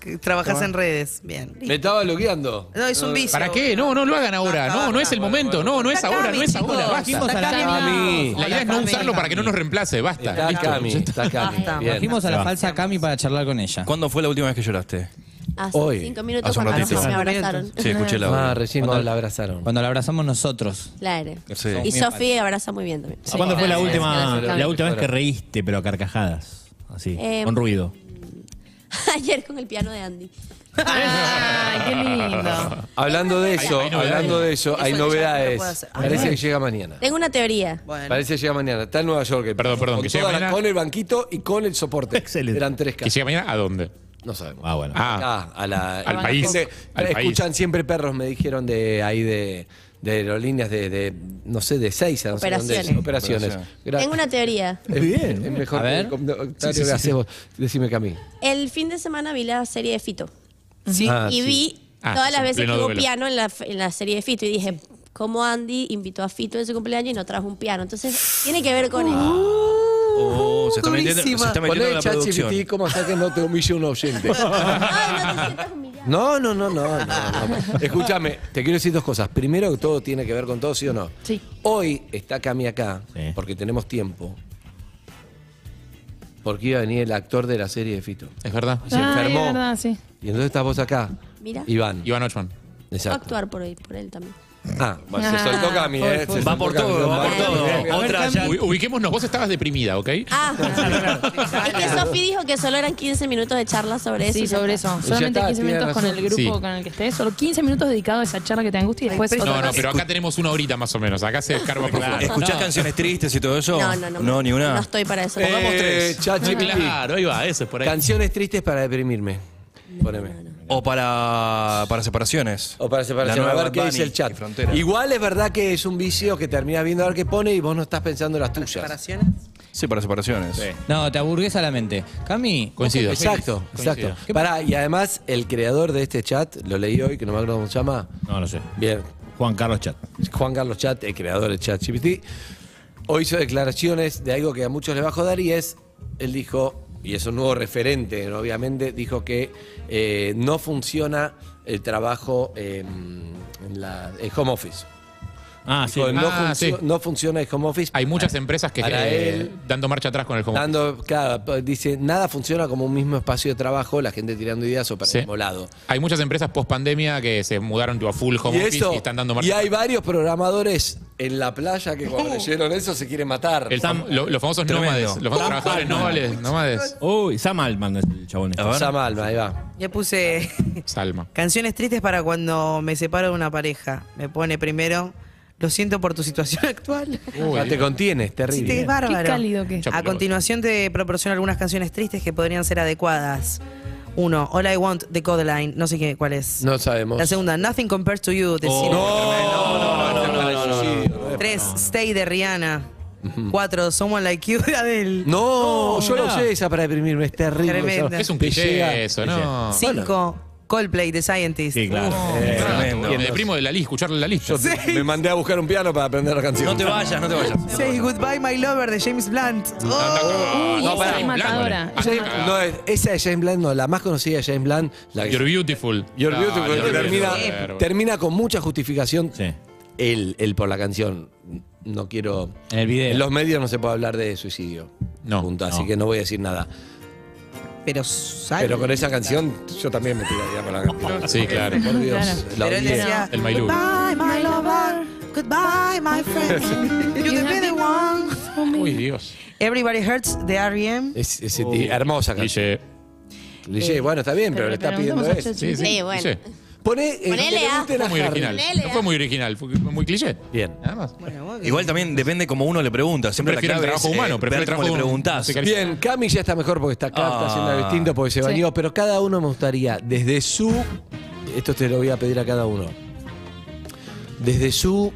Speaker 4: Que Trabajás en redes. Bien.
Speaker 5: Me estaba bloqueando. Eh,
Speaker 4: No, es un vicio.
Speaker 7: ¿Para qué? No, no lo hagan ahora. No, no es el momento. No, no es
Speaker 4: Está
Speaker 7: ahora, no es
Speaker 4: Cami,
Speaker 7: ahora.
Speaker 4: chicos.
Speaker 7: Basta.
Speaker 8: Trajimos a la
Speaker 4: Está
Speaker 8: Cami.
Speaker 5: Cami.
Speaker 7: La idea es no
Speaker 4: Cami.
Speaker 7: usarlo para que no nos reemplace. Basta.
Speaker 5: Está
Speaker 7: Listo.
Speaker 5: Cami, está Cami.
Speaker 12: Basta.
Speaker 5: Bien.
Speaker 8: Trajimos a la falsa Cami para charlar con ella.
Speaker 10: ¿Cuándo fue la última vez que lloraste?
Speaker 12: Hace
Speaker 5: Hoy,
Speaker 12: cinco minutos
Speaker 10: hace un
Speaker 12: cuando
Speaker 10: ratito.
Speaker 12: me abrazaron.
Speaker 10: Sí, escuché la
Speaker 5: Ah,
Speaker 10: hora.
Speaker 5: recién nos la abrazaron.
Speaker 8: Cuando la abrazamos nosotros.
Speaker 12: Claro.
Speaker 10: Sí.
Speaker 12: Y Sofía abraza muy bien también.
Speaker 6: ¿Cuándo fue la
Speaker 12: Gracias,
Speaker 6: última,
Speaker 12: gracias, Cami.
Speaker 6: la última vez que reíste, pero a carcajadas? Así,
Speaker 12: Eh,
Speaker 6: con ruido.
Speaker 12: Ayer con el piano de Andy.
Speaker 3: Ay, qué lindo.
Speaker 5: Hablando de eso,
Speaker 7: hay novedades.
Speaker 5: hablando de eso,
Speaker 4: Eso que
Speaker 5: hay
Speaker 4: ya no lo puedo
Speaker 5: novedades.
Speaker 4: hacer. Ah,
Speaker 5: Parece
Speaker 4: no.
Speaker 5: que llega mañana.
Speaker 12: Tengo una teoría.
Speaker 4: Bueno.
Speaker 5: Parece que llega mañana. Está en Nueva York. el
Speaker 7: Perdón,
Speaker 5: piso.
Speaker 7: perdón,
Speaker 5: Con,
Speaker 7: que llega
Speaker 5: toda la-
Speaker 7: mañana.
Speaker 5: con el banquito y con el soporte.
Speaker 6: Excelente.
Speaker 5: Eran tres
Speaker 7: ¿Que
Speaker 5: casas.
Speaker 7: llega mañana a dónde?
Speaker 5: No sabemos.
Speaker 6: Ah, bueno.
Speaker 7: Ah,
Speaker 5: Acá, a la-
Speaker 7: Al
Speaker 5: la
Speaker 7: país,
Speaker 5: gente-
Speaker 7: al
Speaker 5: escuchan siempre perros, me dijeron de ahí de, de aerolíneas de, de, no sé, de seis no sé dónde es.
Speaker 12: Operaciones.
Speaker 5: Operaciones.
Speaker 10: Operaciones.
Speaker 5: Gra-
Speaker 12: Tengo una teoría.
Speaker 5: Es-
Speaker 6: Bien.
Speaker 5: Es mejor
Speaker 8: A ver.
Speaker 5: que el comentario que haces vos. Decime que a mí.
Speaker 12: El fin de semana vi la serie de Fito.
Speaker 4: Sí.
Speaker 5: Ah,
Speaker 12: y
Speaker 5: sí.
Speaker 12: vi
Speaker 7: Ah,
Speaker 12: todas
Speaker 7: es
Speaker 12: las
Speaker 7: un
Speaker 12: veces que
Speaker 7: pleno
Speaker 12: hubo
Speaker 7: duelo.
Speaker 12: piano en la, en la serie de Fito. Y dije, ¿cómo Andy invitó a Fito en su cumpleaños y no trajo un piano? Entonces, tiene que ver con
Speaker 5: Ah,
Speaker 12: eso.
Speaker 4: Uh,
Speaker 10: Oh, se está metiendo, se está metiendo en
Speaker 5: Poné
Speaker 10: la
Speaker 5: ChatGPT
Speaker 10: producción.
Speaker 5: como hasta que no te humille un oyente.
Speaker 12: Ay, no te sientas humillado.
Speaker 5: No, no, no, no, no, no. Escúchame, te quiero decir dos cosas. Primero, que todo tiene que ver con todo, ¿sí o no?
Speaker 3: Sí.
Speaker 5: Hoy está Cami acá,
Speaker 6: Sí.
Speaker 5: porque tenemos tiempo. Porque iba a venir el actor de la serie de Fito.
Speaker 7: Es verdad.
Speaker 5: Se
Speaker 12: Ah,
Speaker 3: Ay,
Speaker 5: enfermó.
Speaker 3: Ah, es verdad, sí.
Speaker 5: Y entonces estás vos acá.
Speaker 12: Mira.
Speaker 5: Iván.
Speaker 7: Iván Ochman.
Speaker 12: Voy a
Speaker 5: Exacto.
Speaker 12: actuar por, ahí, por él también.
Speaker 5: Ah, bueno,
Speaker 3: Ah,
Speaker 5: se soltó Cami,
Speaker 3: fue,
Speaker 5: ¿eh?
Speaker 3: fue.
Speaker 5: Se
Speaker 10: Va
Speaker 5: soltó
Speaker 10: por
Speaker 5: Cami.
Speaker 10: todo, va
Speaker 5: Vamos.
Speaker 10: por todo.
Speaker 8: ver,
Speaker 10: Otra
Speaker 8: Cami.
Speaker 10: ya.
Speaker 7: Ubi- Ubiquémonos, vos estabas deprimida, ¿ok?
Speaker 12: Ah, es que Sofi dijo que solo eran 15 minutos de charla sobre eso.
Speaker 3: Sí,
Speaker 12: y ya
Speaker 3: sobre
Speaker 12: está.
Speaker 3: eso.
Speaker 5: Ya
Speaker 3: Solamente
Speaker 5: está,
Speaker 3: 15
Speaker 5: tiene
Speaker 3: minutos con el
Speaker 5: razón.
Speaker 3: grupo
Speaker 7: Sí.
Speaker 3: con el que estés. Solo 15 minutos dedicados a esa charla que te angustia y después.
Speaker 4: pero-
Speaker 3: otra
Speaker 7: No, no,
Speaker 3: cosa.
Speaker 7: pero acá tenemos una horita más o menos. Acá se escarba por fuera.
Speaker 10: ¿Escuchás canciones tristes y todo eso?
Speaker 12: No, no, no.
Speaker 10: No, ni una.
Speaker 12: No estoy para eso.
Speaker 10: Pongamos
Speaker 5: Eh,
Speaker 10: tres.
Speaker 5: ChatGPT.
Speaker 7: Claro, ahí va, eso es por ahí.
Speaker 5: Canciones tristes para deprimirme. Poneme.
Speaker 10: O para, para separaciones.
Speaker 5: O para separación.
Speaker 10: La
Speaker 5: A
Speaker 10: nueva
Speaker 5: ver qué
Speaker 10: Bad
Speaker 5: dice el
Speaker 10: Bunny
Speaker 5: chat.
Speaker 10: y Frontera.
Speaker 5: Igual es verdad que es un vicio que terminas viendo a ver qué pone y vos no estás pensando las tuyas.
Speaker 4: Separaciones.
Speaker 10: Sí, para separaciones.
Speaker 8: No, te aburguesa la mente. Cami,
Speaker 7: Coincido.
Speaker 5: Exacto, exacto. Pará, y además el creador de este chat, lo leí hoy, que no me acuerdo cómo se llama.
Speaker 6: No, no sé.
Speaker 5: Bien,
Speaker 6: Juan Carlos Chat.
Speaker 5: Juan Carlos Chat, el creador de ChatGPT, hoy hizo declaraciones de algo que a muchos les va a joder y es, él dijo, y es un nuevo referente, ¿no? obviamente, dijo que eh, no funciona el trabajo eh, en, la, en home office.
Speaker 6: Ah, sí.
Speaker 5: Dijo, no,
Speaker 7: Ah,
Speaker 5: funcio-
Speaker 7: sí.
Speaker 5: no funciona el home office.
Speaker 7: Hay muchas empresas que
Speaker 5: Para
Speaker 7: eh,
Speaker 5: él.
Speaker 7: dando marcha atrás con el home office.
Speaker 5: Dando, claro, p- dice, nada funciona como un mismo espacio de trabajo, la gente tirando ideas o para
Speaker 7: Sí.
Speaker 5: el mismo lado.
Speaker 7: Hay muchas empresas post pandemia que se mudaron a full home
Speaker 5: y
Speaker 7: office
Speaker 5: eso,
Speaker 7: y están dando
Speaker 5: y
Speaker 7: marcha
Speaker 5: hay
Speaker 7: atrás. Uh.
Speaker 5: varios programadores en la playa que cuando leyeron eso se quieren matar.
Speaker 7: El fam- lo- los famosos
Speaker 10: Tremendo.
Speaker 7: nómades, los famosos trabajadores nómades, nómades.
Speaker 6: Uy, Sam Altman es el chabón. este.
Speaker 10: A ver.
Speaker 5: Sam Alman, ahí va.
Speaker 4: Ya puse
Speaker 7: Salma.
Speaker 4: canciones tristes para cuando me separo de una pareja. Me pone primero, lo siento por tu situación actual.
Speaker 5: Ya te contienes,
Speaker 4: Sí,
Speaker 5: terrible. Eh,
Speaker 4: te- es bárbaro.
Speaker 3: Qué cálido que es.
Speaker 4: A continuación te proporciono algunas canciones tristes que podrían ser adecuadas. Uno, All I Want de Codeline, no sé qué, cuál es.
Speaker 5: No sabemos. Oh.
Speaker 4: La segunda, Nothing Compares to You de Cine. Tres, Stay de Rihanna. Cuatro, Someone Like You de Adele. Oh,
Speaker 5: No, yo lo usé esa para deprimirme, es terrible.
Speaker 4: Tremendo.
Speaker 5: esa.
Speaker 7: Es un
Speaker 5: Te llega-
Speaker 7: cliché eso, ¿no?
Speaker 4: Cinco, Coldplay de Scientist. Oh.
Speaker 6: Sí, claro.
Speaker 7: Eh,
Speaker 10: Tremendo.
Speaker 7: Me deprimo de la lista, escuchar la lista.
Speaker 5: Yo te- me mandé a buscar un piano para aprender la canción.
Speaker 10: No te vayas, no te vayas.
Speaker 4: Say Goodbye My Lover de James Blunt.
Speaker 3: Uy,
Speaker 5: No,
Speaker 3: esa
Speaker 5: pará.
Speaker 3: es matadora.
Speaker 7: Ah,
Speaker 3: esa es
Speaker 5: James-
Speaker 3: matadora.
Speaker 5: no, es- esa de James Bland, no, la más conocida de James Bland. La que-
Speaker 7: You're beautiful.
Speaker 5: Your
Speaker 7: Ah,
Speaker 5: Beautiful,
Speaker 7: You're
Speaker 5: que termina,
Speaker 7: Beautiful. Claro.
Speaker 5: termina con mucha justificación.
Speaker 6: Sí.
Speaker 5: Él, él por la canción. No quiero.
Speaker 8: en el video.
Speaker 5: En los medios no se puede hablar de suicidio.
Speaker 7: No,
Speaker 5: Punto, Así
Speaker 6: no.
Speaker 5: que no voy a decir nada.
Speaker 4: Pero sale.
Speaker 5: Pero con esa canción, yo también me tiraría con la canción.
Speaker 7: Sí, claro.
Speaker 5: Por Dios.
Speaker 3: Claro.
Speaker 5: la
Speaker 4: Pero él
Speaker 5: odié.
Speaker 4: decía,
Speaker 7: El My Lou.
Speaker 4: Goodbye, my lover. Goodbye, my friend. You can be the one.
Speaker 7: Uy, Dios.
Speaker 4: Everybody Hurts E de R.E.M.
Speaker 5: Es, es- hermosa canción.
Speaker 7: Cliché.
Speaker 5: Dice, bueno, está bien, pero,
Speaker 3: Pero
Speaker 5: le
Speaker 3: le
Speaker 5: está pidiendo
Speaker 3: preguntamos a
Speaker 5: eso.
Speaker 3: ChatGPT.
Speaker 7: Sí, sí.
Speaker 12: Sí, bueno.
Speaker 7: cliché.
Speaker 5: Poné, eh,
Speaker 12: Ponele
Speaker 5: que le
Speaker 12: a.
Speaker 5: gusten
Speaker 7: Fue muy
Speaker 5: Harry.
Speaker 7: original. No fue muy original, fue muy cliché.
Speaker 5: Bien.
Speaker 7: Nada más.
Speaker 10: Igual también depende como uno le pregunta. Siempre
Speaker 7: Prefiero
Speaker 10: la
Speaker 7: el
Speaker 10: clave
Speaker 7: trabajo
Speaker 10: es, eh,
Speaker 7: humano, prefiero
Speaker 10: ver
Speaker 7: el
Speaker 10: cómo
Speaker 7: trabajo
Speaker 10: le
Speaker 7: con-
Speaker 10: preguntás.
Speaker 5: Bien, Cami ya está mejor porque está acá, está haciendo algo
Speaker 10: Ah.
Speaker 5: distinto, porque se
Speaker 10: Sí.
Speaker 5: bañó, pero cada uno me gustaría, desde su. Esto te lo voy a pedir a cada uno. Desde su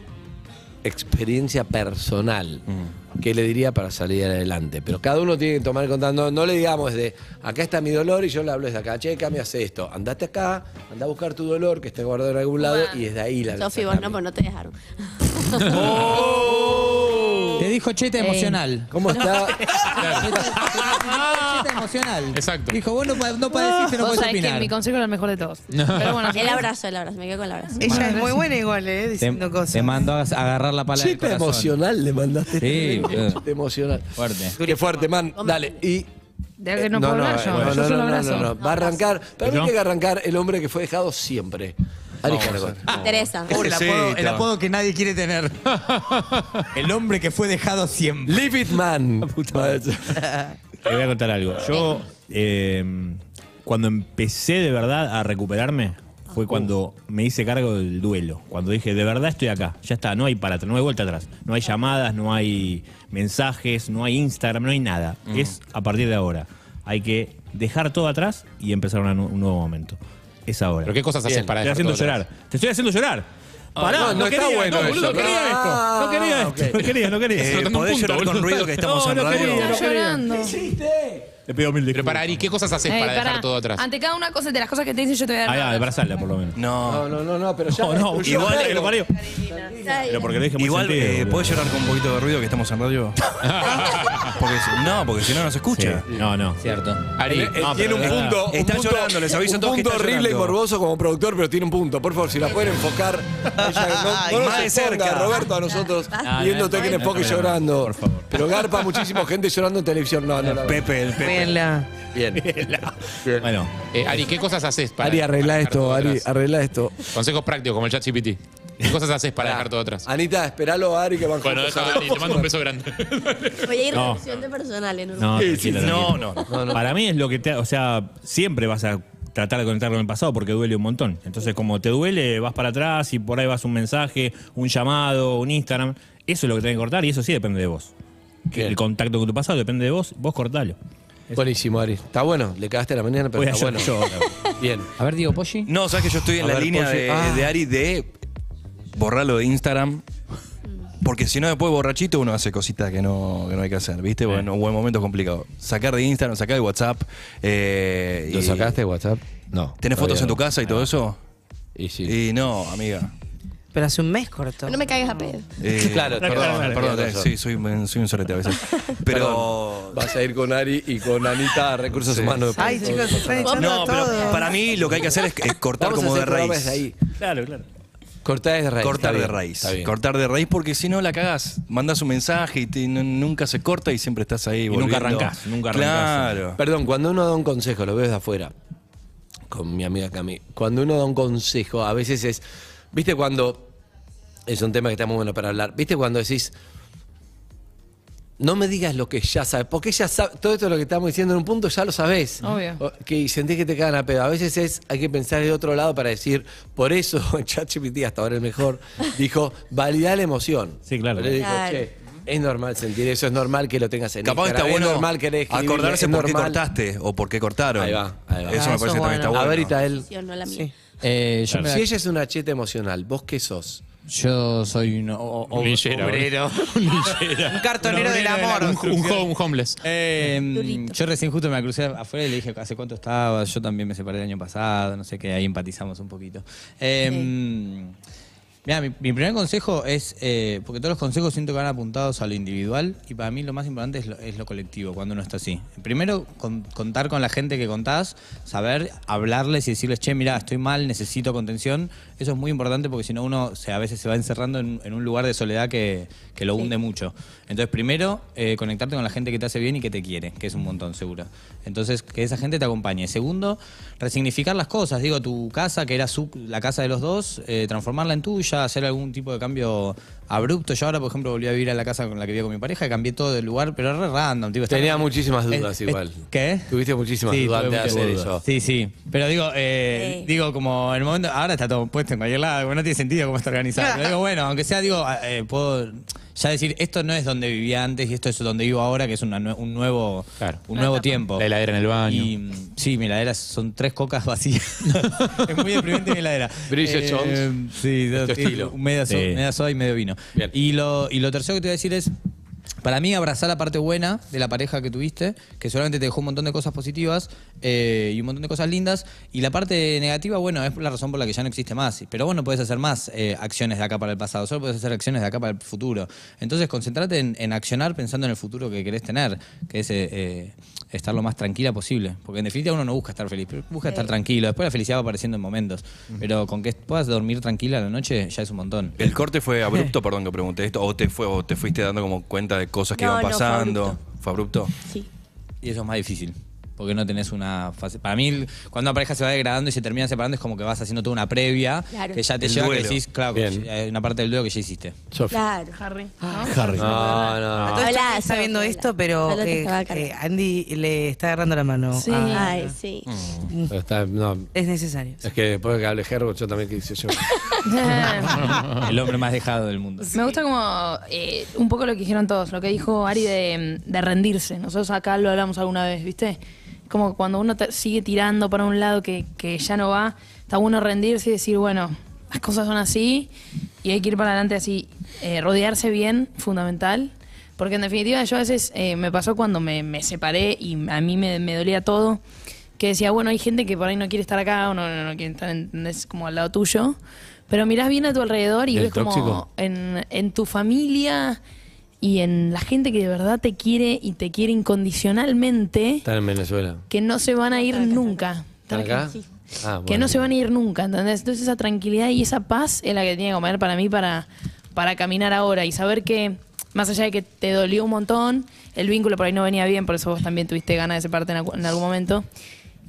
Speaker 5: experiencia personal,
Speaker 10: Mm.
Speaker 5: ¿qué le diría para salir adelante? Pero cada uno tiene que tomar contando, no le digamos de acá está mi dolor y yo le hablo desde acá, che, Cami, hace esto, andate acá, anda a buscar tu dolor que esté guardado en algún lado y desde ahí la
Speaker 12: Sofi, vos no, pues no te dejaron.
Speaker 8: Te dijo cheta
Speaker 12: Ey.
Speaker 8: emocional.
Speaker 5: ¿Cómo está?
Speaker 8: cheta emocional. Exacto. Dijo, vos no, pa- no padeciste, no
Speaker 3: Vos
Speaker 8: podés
Speaker 3: sabés que
Speaker 8: opinar.
Speaker 3: mi consejo era el mejor de todos. Pero bueno,
Speaker 12: el abrazo, el abrazo, me quedo con el abrazo.
Speaker 4: Ella es muy buena igual, ¿eh? Diciendo cosas.
Speaker 8: Te mandó a a agarrar la pala del
Speaker 5: Cheta
Speaker 8: corazón.
Speaker 5: emocional le mandaste.
Speaker 8: Sí, eh. boludo.
Speaker 5: Cheta emocional.
Speaker 8: Fuerte.
Speaker 5: Qué fuerte, man. Dale. Y
Speaker 3: de que no, puedo hablar yo.
Speaker 5: eh,
Speaker 3: yo
Speaker 5: no,
Speaker 3: solo
Speaker 5: no, no,
Speaker 3: abrazo.
Speaker 5: no, no. Va a arrancar. Para mí
Speaker 7: ¿Pero?
Speaker 5: tiene que arrancar el hombre que fue dejado siempre. Ari Caracol.
Speaker 12: Me interesa.
Speaker 8: Pobre, el, apodo, el
Speaker 10: Pobrecito.
Speaker 8: apodo que nadie quiere tener. El hombre que fue dejado siempre.
Speaker 5: Leave it man.
Speaker 6: Te voy a contar algo. Yo, eh, cuando empecé de verdad a recuperarme, fue cuando me hice cargo del duelo. Cuando dije, de verdad estoy acá, ya está, no hay para atrás, no hay vuelta atrás. No hay llamadas, no hay mensajes, no hay Instagram, no hay nada. Es a partir de ahora. Hay que dejar todo atrás y empezar una nu- un nuevo momento. Es ahora.
Speaker 7: Pero qué cosas haces
Speaker 5: Bien.
Speaker 7: para
Speaker 6: Te estoy
Speaker 7: dejar
Speaker 6: haciendo
Speaker 7: todo atrás?
Speaker 6: llorar. Te estoy haciendo llorar. Pará,
Speaker 5: no,
Speaker 6: no,
Speaker 5: no está
Speaker 6: quería,
Speaker 5: bueno
Speaker 6: no, boludo,
Speaker 5: eso.
Speaker 6: no quería
Speaker 5: Ah,
Speaker 6: esto. No quería esto.
Speaker 5: ok.
Speaker 6: No quería, no quería.
Speaker 7: Eh, Explotando un
Speaker 10: ¿Podés
Speaker 7: punto,
Speaker 10: llorar con
Speaker 7: boludo.
Speaker 10: ruido que estamos
Speaker 6: No,
Speaker 10: en
Speaker 6: no
Speaker 10: radio?
Speaker 6: quería,
Speaker 3: Está llorando.
Speaker 6: Te pido mil
Speaker 7: Pero para Ari, ¿qué cosas haces
Speaker 3: Ey,
Speaker 7: para dejar
Speaker 3: Eh, pará.
Speaker 7: todo atrás?
Speaker 3: Ante cada una cosa de las cosas que te dicen, yo te voy a dar.
Speaker 6: Ahí va,
Speaker 3: un abrazo.
Speaker 6: abrazarla por lo menos.
Speaker 10: No.
Speaker 5: No, no, no, no, pero ya.
Speaker 6: No, no,
Speaker 5: construyó
Speaker 6: igual
Speaker 5: algo.
Speaker 6: lo parió. Pero porque lo dije muy
Speaker 10: Igual,
Speaker 6: sentido,
Speaker 10: eh,
Speaker 6: boludo.
Speaker 10: ¿podés llorar con un poquito de ruido que estamos en radio? Porque si- no, porque si no, no se
Speaker 6: Sí.
Speaker 10: escucha.
Speaker 6: No, no.
Speaker 8: Cierto.
Speaker 7: Ari,
Speaker 5: Eh, tiene
Speaker 6: No, pero
Speaker 5: un
Speaker 6: de verdad.
Speaker 5: punto. un
Speaker 10: Está
Speaker 5: punto-
Speaker 10: llorando, les aviso a
Speaker 5: un
Speaker 10: todos que
Speaker 5: punto
Speaker 10: está
Speaker 5: horrible y
Speaker 10: llorando.
Speaker 5: morboso como productor, pero tiene un punto. Por favor, si la pueden enfocar. Ella, no no
Speaker 10: más
Speaker 5: nos
Speaker 10: de
Speaker 5: cerca,
Speaker 10: cerca.
Speaker 5: Roberto, a nosotros,
Speaker 12: Ah,
Speaker 8: no,
Speaker 5: viéndote
Speaker 8: no,
Speaker 5: que en
Speaker 8: no,
Speaker 5: enfoque
Speaker 8: no, no,
Speaker 5: llorando.
Speaker 6: por favor.
Speaker 5: Pero garpa muchísimo gente llorando en televisión. No, no, no.
Speaker 10: Pepe, el Pepe.
Speaker 4: Vela.
Speaker 5: Bien.
Speaker 6: Bueno,
Speaker 7: Eh, Ari, ¿qué cosas haces para
Speaker 5: Ari, arregla
Speaker 7: dejar
Speaker 5: esto,
Speaker 7: todo
Speaker 5: Ari,
Speaker 7: atrás?
Speaker 5: arregla esto.
Speaker 7: Consejos prácticos como el ChatGPT. ¿Qué cosas haces para
Speaker 5: Pará.
Speaker 7: dejar todo atrás?
Speaker 5: Anita, esperalo a Ari que van
Speaker 7: Bueno,
Speaker 5: juntos
Speaker 7: deja
Speaker 5: a-
Speaker 7: a Ari, te mando un beso grande.
Speaker 12: Voy a ir
Speaker 6: No.
Speaker 12: a reducción de personal en un
Speaker 6: no,
Speaker 5: Sí,
Speaker 6: tranquila,
Speaker 5: sí, sí.
Speaker 6: tranquila.
Speaker 10: No,
Speaker 5: no, no.
Speaker 6: Para mí es lo que te. O sea, siempre vas a tratar de conectar con el pasado porque duele un montón. Entonces, como te duele, vas para atrás y por ahí vas un mensaje, un llamado, un Instagram. Eso es lo que tenés que cortar y eso sí depende de vos. Que
Speaker 5: Bien.
Speaker 6: El contacto con tu pasado depende de vos, vos cortalo.
Speaker 5: Buenísimo, Ari. Está bueno, le cagaste la mañana, pero
Speaker 6: Voy a
Speaker 5: está bueno.
Speaker 6: llorar yo.
Speaker 5: Bien.
Speaker 8: A ver, Diego Poggi.
Speaker 10: No, sabes que yo estoy en
Speaker 5: A
Speaker 10: la
Speaker 5: ver,
Speaker 10: línea
Speaker 5: Poggi.
Speaker 10: de,
Speaker 5: Ah.
Speaker 10: de Ari de borrarlo de Instagram. Porque si no, después borrachito uno hace cositas que no, que no hay que hacer, ¿viste? Bueno, un buen momento es complicado. Sacar de Instagram, sacar de WhatsApp. eh,
Speaker 5: ¿Lo
Speaker 10: y-
Speaker 5: sacaste de WhatsApp? No. Ah,
Speaker 10: ¿Tenés fotos en tu casa y todo eso?
Speaker 5: Y sí.
Speaker 10: Y no, amiga.
Speaker 4: Pero hace un mes cortó.
Speaker 12: No me caigas a pedo.
Speaker 10: Eh,
Speaker 5: Claro, claro,
Speaker 10: perdón,
Speaker 5: claro.
Speaker 10: perdón,
Speaker 5: Tenés razón.
Speaker 10: sí, soy, un- soy un sorete a veces. Pero.
Speaker 5: Vas a ir con Ari y con Anita a Recursos
Speaker 10: Sí.
Speaker 5: Humanos.
Speaker 4: Ay, chicos, se están echando
Speaker 10: No,
Speaker 4: a
Speaker 10: pero
Speaker 4: todo.
Speaker 10: para mí lo que hay que hacer es, es cortar
Speaker 5: Vamos a
Speaker 10: como
Speaker 5: hacer
Speaker 10: de raíz.
Speaker 5: programas ahí.
Speaker 6: Claro, claro.
Speaker 5: Cortar de raíz.
Speaker 10: Cortar
Speaker 5: está
Speaker 10: de
Speaker 5: bien,
Speaker 10: raíz.
Speaker 5: está bien.
Speaker 10: Cortar de raíz porque si no la cagás. Mandás un mensaje y te- no- nunca se corta y siempre estás ahí.
Speaker 6: nunca
Speaker 10: volviendo.
Speaker 6: arrancás, nunca
Speaker 10: Claro.
Speaker 5: Perdón, cuando uno da un consejo, lo veo desde afuera, con mi amiga Cami, cuando uno da un consejo, a veces es, viste cuando, es un tema que está muy bueno para hablar, viste cuando decís, no me digas lo que ya sabes, porque ya sabes, todo esto lo que estamos diciendo en un punto ya lo sabes.
Speaker 3: Obvio.
Speaker 5: Que sentís que te cagan a pedo. A veces es, hay que pensar de otro lado para decir, por eso ChatGPT, hasta ahora el mejor, dijo, validar la emoción.
Speaker 6: Sí, claro.
Speaker 5: Le dijo,
Speaker 12: Claro.
Speaker 5: "Che, es normal sentir eso, es normal que lo tengas en
Speaker 10: Capaz está
Speaker 5: Instagram,
Speaker 10: bueno
Speaker 5: es normal que le escribas,
Speaker 10: acordarse
Speaker 5: es
Speaker 10: por qué
Speaker 5: normal".
Speaker 10: cortaste o por qué cortaron.
Speaker 5: Ahí va, ahí
Speaker 4: Ah,
Speaker 10: Eso
Speaker 5: va.
Speaker 10: me
Speaker 4: eso
Speaker 10: parece que también
Speaker 4: bueno.
Speaker 10: está bueno.
Speaker 5: A ver, Itael,
Speaker 12: Sí o no la mía.
Speaker 8: Eh, yo,
Speaker 5: si
Speaker 8: me-
Speaker 5: ella es una cheta emocional, ¿vos qué sos?
Speaker 8: yo soy un o- o-
Speaker 7: Un linchera,
Speaker 8: obrero.
Speaker 4: Un cartonero del amor.
Speaker 7: Un, un ho- un homeless.
Speaker 8: Eh,
Speaker 12: Durito.
Speaker 8: yo recién justo me la crucé afuera y le dije hace cuánto estaba, yo también me separé el año pasado, no sé qué, ahí empatizamos un poquito. Eh, Mira, mi, mi primer consejo es, eh, porque todos los consejos siento que van apuntados a lo individual y para mí lo más importante es lo, es lo colectivo, cuando uno está así. Primero, con- contar con la gente que contás, saber hablarles y decirles, che, mira, estoy mal, necesito contención. Eso es muy importante porque si no uno se- a veces se va encerrando en, en un lugar de soledad que, que lo hunde mucho. Entonces, primero, eh, conectarte con la gente que te hace bien y que te quiere, que es un montón seguro. Entonces, que esa gente te acompañe. Segundo, resignificar las cosas. Digo, tu casa, que era su- la casa de los dos, eh, transformarla en tuya, hacer algún tipo de cambio abrupto. Yo ahora, por ejemplo, volví a vivir a la casa con la que vivía con mi pareja, cambié todo de lugar, pero era re random. Tipo, estaba-
Speaker 5: Tenía muchísimas
Speaker 8: Es-
Speaker 5: dudas
Speaker 8: es-
Speaker 5: igual.
Speaker 8: ¿Qué?
Speaker 5: Tuviste muchísimas
Speaker 8: Sí,
Speaker 5: dudas
Speaker 8: tuve
Speaker 5: antes de
Speaker 8: muchas
Speaker 5: hacer
Speaker 8: dudas.
Speaker 5: eso.
Speaker 8: Sí, sí. Pero digo, eh,
Speaker 12: Sí.
Speaker 8: digo como en el momento, ahora está todo puesto en cualquier lado, como no tiene sentido cómo está organizado. Pero digo, bueno, aunque sea, digo, ah, eh, puedo ya decir, esto no es donde vivía antes y esto es donde vivo ahora, que es una nue- un nuevo, un nuevo tiempo.
Speaker 13: La heladera en el baño.
Speaker 8: Y, mm, sí, mi heladera son tres cocas vacías. es muy deprimente mi heladera. Eh,
Speaker 5: Brillo Jones.
Speaker 8: Sí,
Speaker 5: De
Speaker 8: dos-
Speaker 5: tu este estilo.
Speaker 8: Media, so-
Speaker 5: Sí.
Speaker 8: media soda y medio vino. Y lo, y lo tercero que te voy a decir es, para mí, abrazar la parte buena de la pareja que tuviste, que seguramente te dejó un montón de cosas positivas eh, y un montón de cosas lindas. Y la parte negativa, bueno, es la razón por la que ya no existe más. Pero vos no podés hacer más eh, acciones de acá para el pasado, solo podés hacer acciones de acá para el futuro. Entonces, concentrate en, en accionar pensando en el futuro que querés tener, que es eh, eh, estar lo más tranquila posible. Porque en definitiva uno no busca estar feliz, pero busca estar tranquilo. Después la felicidad va apareciendo en momentos. Pero con que puedas dormir tranquila a la noche ya es un montón.
Speaker 10: ¿El corte fue abrupto, perdón que pregunte esto? ¿O te, fue, o te fuiste dando como cuenta de cosas que
Speaker 8: No,
Speaker 10: iban
Speaker 8: no, fue
Speaker 10: pasando? ¿Fue abrupto?
Speaker 12: Sí.
Speaker 8: Y eso es más difícil. Porque no tenés una fase. Para mí, el- cuando una pareja se va degradando y se termina separando, es como que vas haciendo toda una previa
Speaker 12: Claro.
Speaker 8: que ya te
Speaker 10: El
Speaker 8: lleva
Speaker 10: duelo.
Speaker 8: que decís, claro,
Speaker 10: Bien.
Speaker 8: hay una parte del duelo que ya hiciste.
Speaker 12: Claro.
Speaker 3: Harry.
Speaker 5: Ah.
Speaker 8: Harry.
Speaker 5: No, no.
Speaker 4: Entonces,
Speaker 12: Hola,
Speaker 4: yo está
Speaker 12: Sofi,
Speaker 4: viendo
Speaker 12: hola.
Speaker 4: esto, pero
Speaker 12: Hola, te
Speaker 4: eh,
Speaker 12: estaba
Speaker 4: eh, Andy le está agarrando la mano.
Speaker 12: Sí.
Speaker 4: a-
Speaker 12: Ay, sí.
Speaker 5: Pero está- no,
Speaker 4: Es necesario.
Speaker 5: Es que después de que hable Herbert, yo también quise yo.
Speaker 8: El hombre más dejado del mundo.
Speaker 3: Eh, Me gusta como eh, un poco lo que dijeron todos, lo que dijo Ari de, de rendirse. Nosotros acá lo hablamos alguna vez, ¿viste? Como cuando uno te- sigue tirando para un lado que, que ya no va, está bueno rendirse y decir, bueno, las cosas son así y hay que ir para adelante así. Eh, rodearse bien, fundamental. Porque en definitiva yo a veces eh, me pasó cuando me, me separé y a mí me, me dolía todo, que decía, bueno, hay gente que por ahí no quiere estar acá o no, no, no quiere estar ¿entendés? como al lado tuyo, pero mirás bien a tu alrededor y
Speaker 5: ¿El
Speaker 3: ves como
Speaker 5: tóxico?
Speaker 3: en, en tu familia y en la gente que de verdad te quiere y te quiere incondicionalmente,
Speaker 5: Están en Venezuela.
Speaker 3: que no se van a ir nunca.
Speaker 5: ¿Están acá? Ah,
Speaker 3: Que
Speaker 5: bueno.
Speaker 3: no se van a ir nunca, ¿entendés? Entonces esa tranquilidad y esa paz es la que tiene que comer para mí para, para caminar ahora y saber que, más allá de que te dolió un montón, el vínculo por ahí no venía bien, por eso vos también tuviste ganas de separarte en, algu- en algún momento.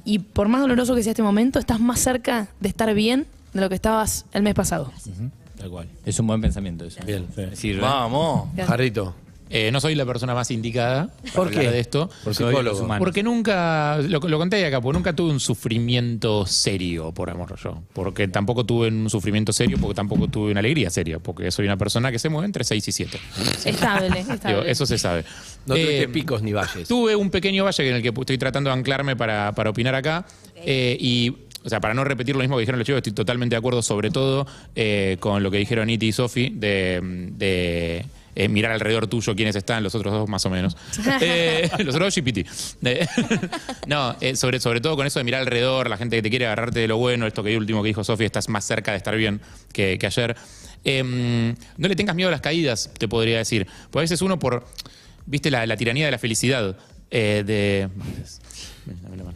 Speaker 3: Y por más doloroso que sea este momento, estás más cerca de estar bien de lo que estabas el mes pasado.
Speaker 6: Tal cual.
Speaker 8: Es un buen pensamiento eso.
Speaker 5: Bien.
Speaker 6: Me
Speaker 8: sirve.
Speaker 7: Vamos.
Speaker 5: Jarrito.
Speaker 7: Eh, no soy la persona más indicada
Speaker 5: ¿Por
Speaker 7: para hablar
Speaker 5: qué?
Speaker 7: de esto.
Speaker 5: Por psicólogo.
Speaker 7: Porque nunca, lo, lo conté ahí acá, porque nunca tuve un sufrimiento serio por amor yo. Porque tampoco tuve un sufrimiento serio, porque tampoco tuve una alegría seria, porque soy una persona que se mueve entre 6 y 7.
Speaker 3: Estable, estable.
Speaker 7: eso se sabe.
Speaker 5: No tuviste
Speaker 7: Eh,
Speaker 5: picos ni valles.
Speaker 7: Tuve un pequeño valle en el que estoy tratando de anclarme para, para opinar acá. Eh, y, o sea, para no repetir lo mismo que dijeron los chicos, estoy totalmente de acuerdo, sobre todo eh, con lo que dijeron Iti y Sofi, de, de, eh, mirar alrededor tuyo quiénes están, los otros dos más o menos. Eh, los otros dos GPT. De- no, eh, sobre, sobre todo con eso de mirar alrededor, la gente que te quiere agarrarte de lo bueno, esto que último que dijo Sofi, estás más cerca de estar bien que, que ayer. Em, no le tengas miedo a las caídas, te podría decir. Porque a veces uno por viste la, la tiranía de la felicidad. eh, de,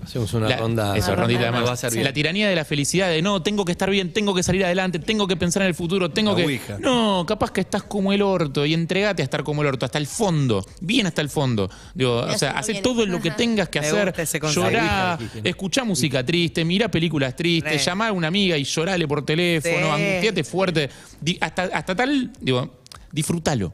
Speaker 5: Hacemos una
Speaker 7: la-
Speaker 5: ronda.
Speaker 7: eso, rondita de
Speaker 5: Nos
Speaker 7: manos.
Speaker 5: va a servir.
Speaker 7: La tiranía de la felicidad de no, tengo que estar bien, tengo que salir adelante, tengo que pensar en el futuro, tengo
Speaker 10: La
Speaker 7: que.
Speaker 10: ouija.
Speaker 7: No, capaz que estás como el orto y entregate a estar como el orto, hasta el fondo, bien hasta el fondo. Digo, o
Speaker 12: Eso
Speaker 7: sea,
Speaker 12: muy
Speaker 7: hace
Speaker 12: bien.
Speaker 7: todo lo que tengas que
Speaker 4: Me
Speaker 7: hacer.
Speaker 4: gusta ese concepto. La
Speaker 7: Llorá,
Speaker 4: ouija, dije, ¿no?
Speaker 7: escuchá música triste, mirá películas tristes,
Speaker 4: Re.
Speaker 7: llamá a una amiga y llorale por teléfono,
Speaker 4: Sí.
Speaker 7: angustiate fuerte. Di- Hasta, hasta tal, digo, disfrútalo.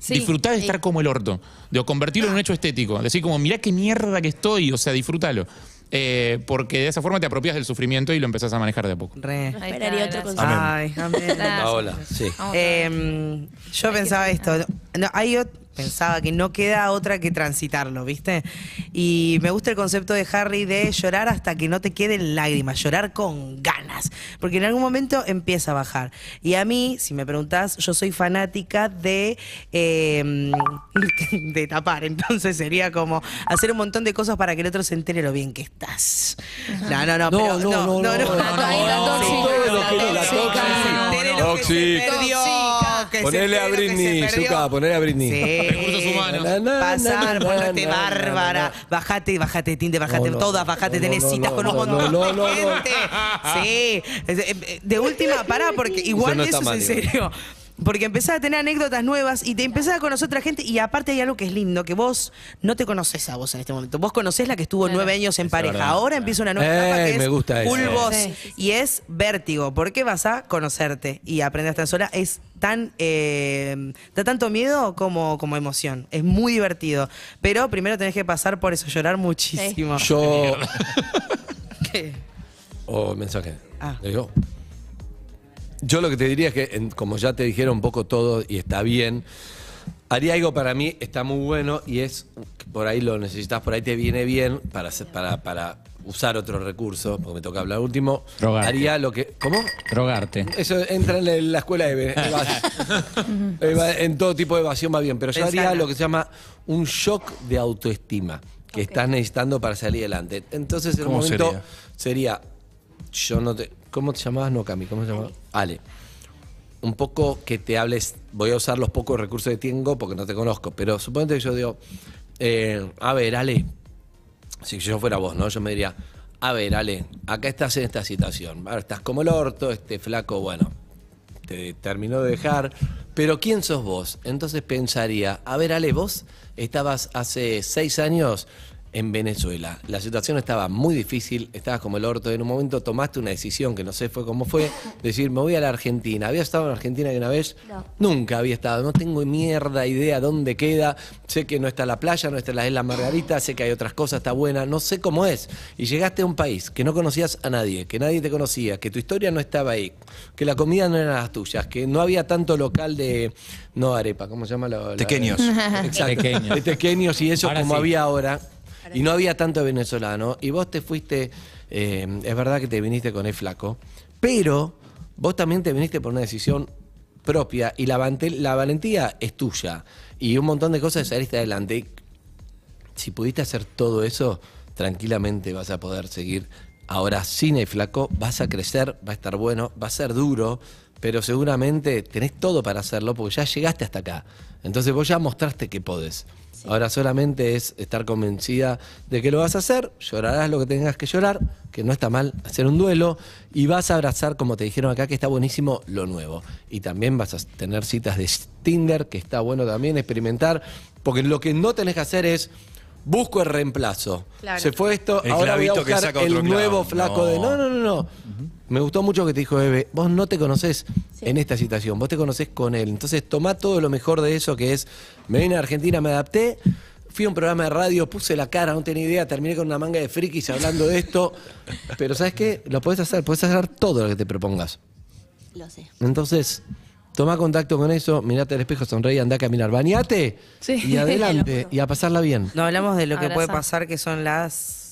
Speaker 3: Sí.
Speaker 7: Disfrutá de estar como el orto. Digo, convertirlo en un hecho estético. Decir como, mirá qué mierda que estoy, o sea, disfrútalo. Eh, porque de esa forma te apropias del sufrimiento y lo empezás a manejar de a poco.
Speaker 4: Re.
Speaker 3: Ahí está,
Speaker 12: Esperaría otro
Speaker 3: gracias.
Speaker 12: consejo.
Speaker 4: Ay, amén.
Speaker 5: Ah, hola. Sí.
Speaker 4: Eh, yo pensaba esto. No, hay ot- pensaba que no queda otra que transitarlo, ¿viste? Y me gusta el concepto de Harry de llorar hasta que no te queden lágrimas, llorar con ganas, porque en algún momento empieza a bajar. Y a mí, si me preguntás, yo soy fanática de, eh, de tapar, entonces sería como hacer un montón de cosas para que el otro se entere lo bien que estás. No, no, no,
Speaker 5: No,
Speaker 4: pero-
Speaker 5: no, no, no, no,
Speaker 3: no, no,
Speaker 4: sí,
Speaker 3: no,
Speaker 4: todo
Speaker 3: no,
Speaker 4: lo que-
Speaker 3: no,
Speaker 4: la
Speaker 3: no,
Speaker 4: tóxica.
Speaker 5: no,
Speaker 4: Entere
Speaker 5: no,
Speaker 4: lo que se
Speaker 5: tóxica.
Speaker 4: perdió, que se
Speaker 5: Ponele
Speaker 4: entere lo
Speaker 5: a
Speaker 4: que se
Speaker 5: Britney,
Speaker 4: perdió.
Speaker 5: Zuka, ponele a Britney.
Speaker 4: Sí.
Speaker 7: Recursos humanos.
Speaker 5: Na, na, na,
Speaker 4: Pasar,
Speaker 5: na,
Speaker 4: ponerte
Speaker 5: na, na,
Speaker 4: bárbara.
Speaker 5: na, na.
Speaker 4: Bajate, bajate Tinder, bajate
Speaker 5: No, no,
Speaker 4: todas, bajate,
Speaker 5: no,
Speaker 4: tenés
Speaker 5: no,
Speaker 4: citas
Speaker 5: no,
Speaker 4: con un
Speaker 5: no,
Speaker 4: montón
Speaker 5: no,
Speaker 4: de
Speaker 5: no, no.
Speaker 4: gente. Sí. Es- eh, De última, pará, porque igual
Speaker 5: no
Speaker 4: eso,
Speaker 5: está
Speaker 4: es en
Speaker 5: mal, igual.
Speaker 4: serio. Porque empezás a tener anécdotas nuevas y te empezás a conocer otra gente. Y aparte hay algo que es lindo, que vos no te conoces a vos en este momento. Vos conocés la que estuvo nueve años en pareja.
Speaker 5: verdad.
Speaker 4: Ahora empieza una nueva
Speaker 5: Ey,
Speaker 4: etapa que
Speaker 5: me
Speaker 4: es
Speaker 5: gusta eso.
Speaker 4: Bulbos.
Speaker 5: Sí,
Speaker 4: Y es vértigo, porque vas a conocerte y aprender a estar sola. Es tan. eh, da tanto miedo como, como emoción. Es muy divertido. Pero primero tenés que pasar por eso, llorar muchísimo.
Speaker 5: Yo.
Speaker 4: ¿Qué?
Speaker 5: O mensaje.
Speaker 4: Ah.
Speaker 5: Le digo. Yo lo que te diría es que, en- como ya te dijeron un poco todo y está bien, haría algo para mí, está muy bueno y es, por ahí lo necesitas, por ahí te viene bien para, hacer- para, para usar otro recurso, porque me toca hablar último.
Speaker 7: Drogarte.
Speaker 5: Haría lo que. ¿Cómo?
Speaker 7: Drogarte.
Speaker 5: Eso entra en la- en la escuela de evasión. Eh, en todo tipo de evasión va bien, pero yo haría
Speaker 4: Pensala.
Speaker 5: lo que se llama un shock de autoestima que estás necesitando para salir adelante. Entonces, en un
Speaker 10: ¿Cómo
Speaker 5: momento sería? yo no te ¿Cómo te llamabas? No, Cami, ¿cómo te llamabas? Ale. Un poco que te hables, voy a usar los pocos recursos que tengo porque no te conozco, pero suponete que yo digo, eh, a ver, Ale, si yo fuera vos, ¿no? Yo me diría, a ver, Ale, acá estás en esta situación. Ahora estás como el orto, este flaco, bueno, te terminó de dejar. Pero ¿quién sos vos? Entonces pensaría, a ver, Ale, vos estabas hace seis años en Venezuela. La situación estaba muy difícil, estabas como el orto. En un momento tomaste una decisión que no sé fue cómo fue, decir, me voy a la Argentina. ¿Había estado en Argentina alguna vez?
Speaker 12: No.
Speaker 5: Nunca había estado. No tengo mierda idea dónde queda. Sé que no está la playa, no está la isla Margarita, sé que hay otras cosas, está buena, no sé cómo es. Y llegaste a un país que no conocías a nadie, que nadie te conocía, que tu historia no estaba ahí, que la comida no era las tuyas, que no había tanto local de. No, arepa, ¿cómo se llama? la- la-
Speaker 10: Tequeños.
Speaker 5: Exacto.
Speaker 7: Tequeños.
Speaker 5: De tequeños y Este eso
Speaker 7: Ahora
Speaker 5: como
Speaker 7: sí.
Speaker 5: había ahora. Y no había tanto venezolano. Y vos te fuiste, eh, es verdad que te viniste con el flaco, pero vos también te viniste por una decisión propia y la, vante- la valentía es tuya. Y un montón de cosas saliste adelante. Y Si pudiste hacer todo eso, tranquilamente vas a poder seguir. Ahora sin el flaco, vas a crecer, va a estar bueno, va a ser duro, pero seguramente tenés todo para hacerlo porque ya llegaste hasta acá. Entonces vos ya mostraste que podés. Ahora solamente es estar convencida de que lo vas a hacer, llorarás lo que tengas que llorar, que no está mal hacer un duelo y vas a abrazar, como te dijeron acá, que está buenísimo lo nuevo. Y también vas a tener citas de Tinder, que está bueno también experimentar, porque lo que no tenés que hacer es busco el reemplazo.
Speaker 12: Claro.
Speaker 5: Se fue esto,
Speaker 10: El
Speaker 5: ahora voy a
Speaker 10: clavito que
Speaker 5: buscar
Speaker 10: saca
Speaker 5: el
Speaker 10: otro clavo.
Speaker 5: nuevo flaco de... No,
Speaker 10: No.
Speaker 5: no, no, no. Me gustó mucho que te dijo Eve, vos no te conocés en esta situación, vos te conocés con él. Entonces tomá todo lo mejor de eso que es, me vine a Argentina, me adapté, fui a un programa de radio, puse la cara, no tenía idea, terminé con una manga de frikis hablando de esto. Pero ¿sabes qué? Lo podés hacer, podés hacer todo lo que te propongas.
Speaker 12: Lo sé.
Speaker 5: Entonces, tomá contacto con eso, mirate al espejo, sonreí, andá a caminar, bañate
Speaker 3: Sí.
Speaker 5: y adelante y a pasarla bien.
Speaker 4: No hablamos de lo que
Speaker 3: Abraza.
Speaker 4: puede pasar, que son las.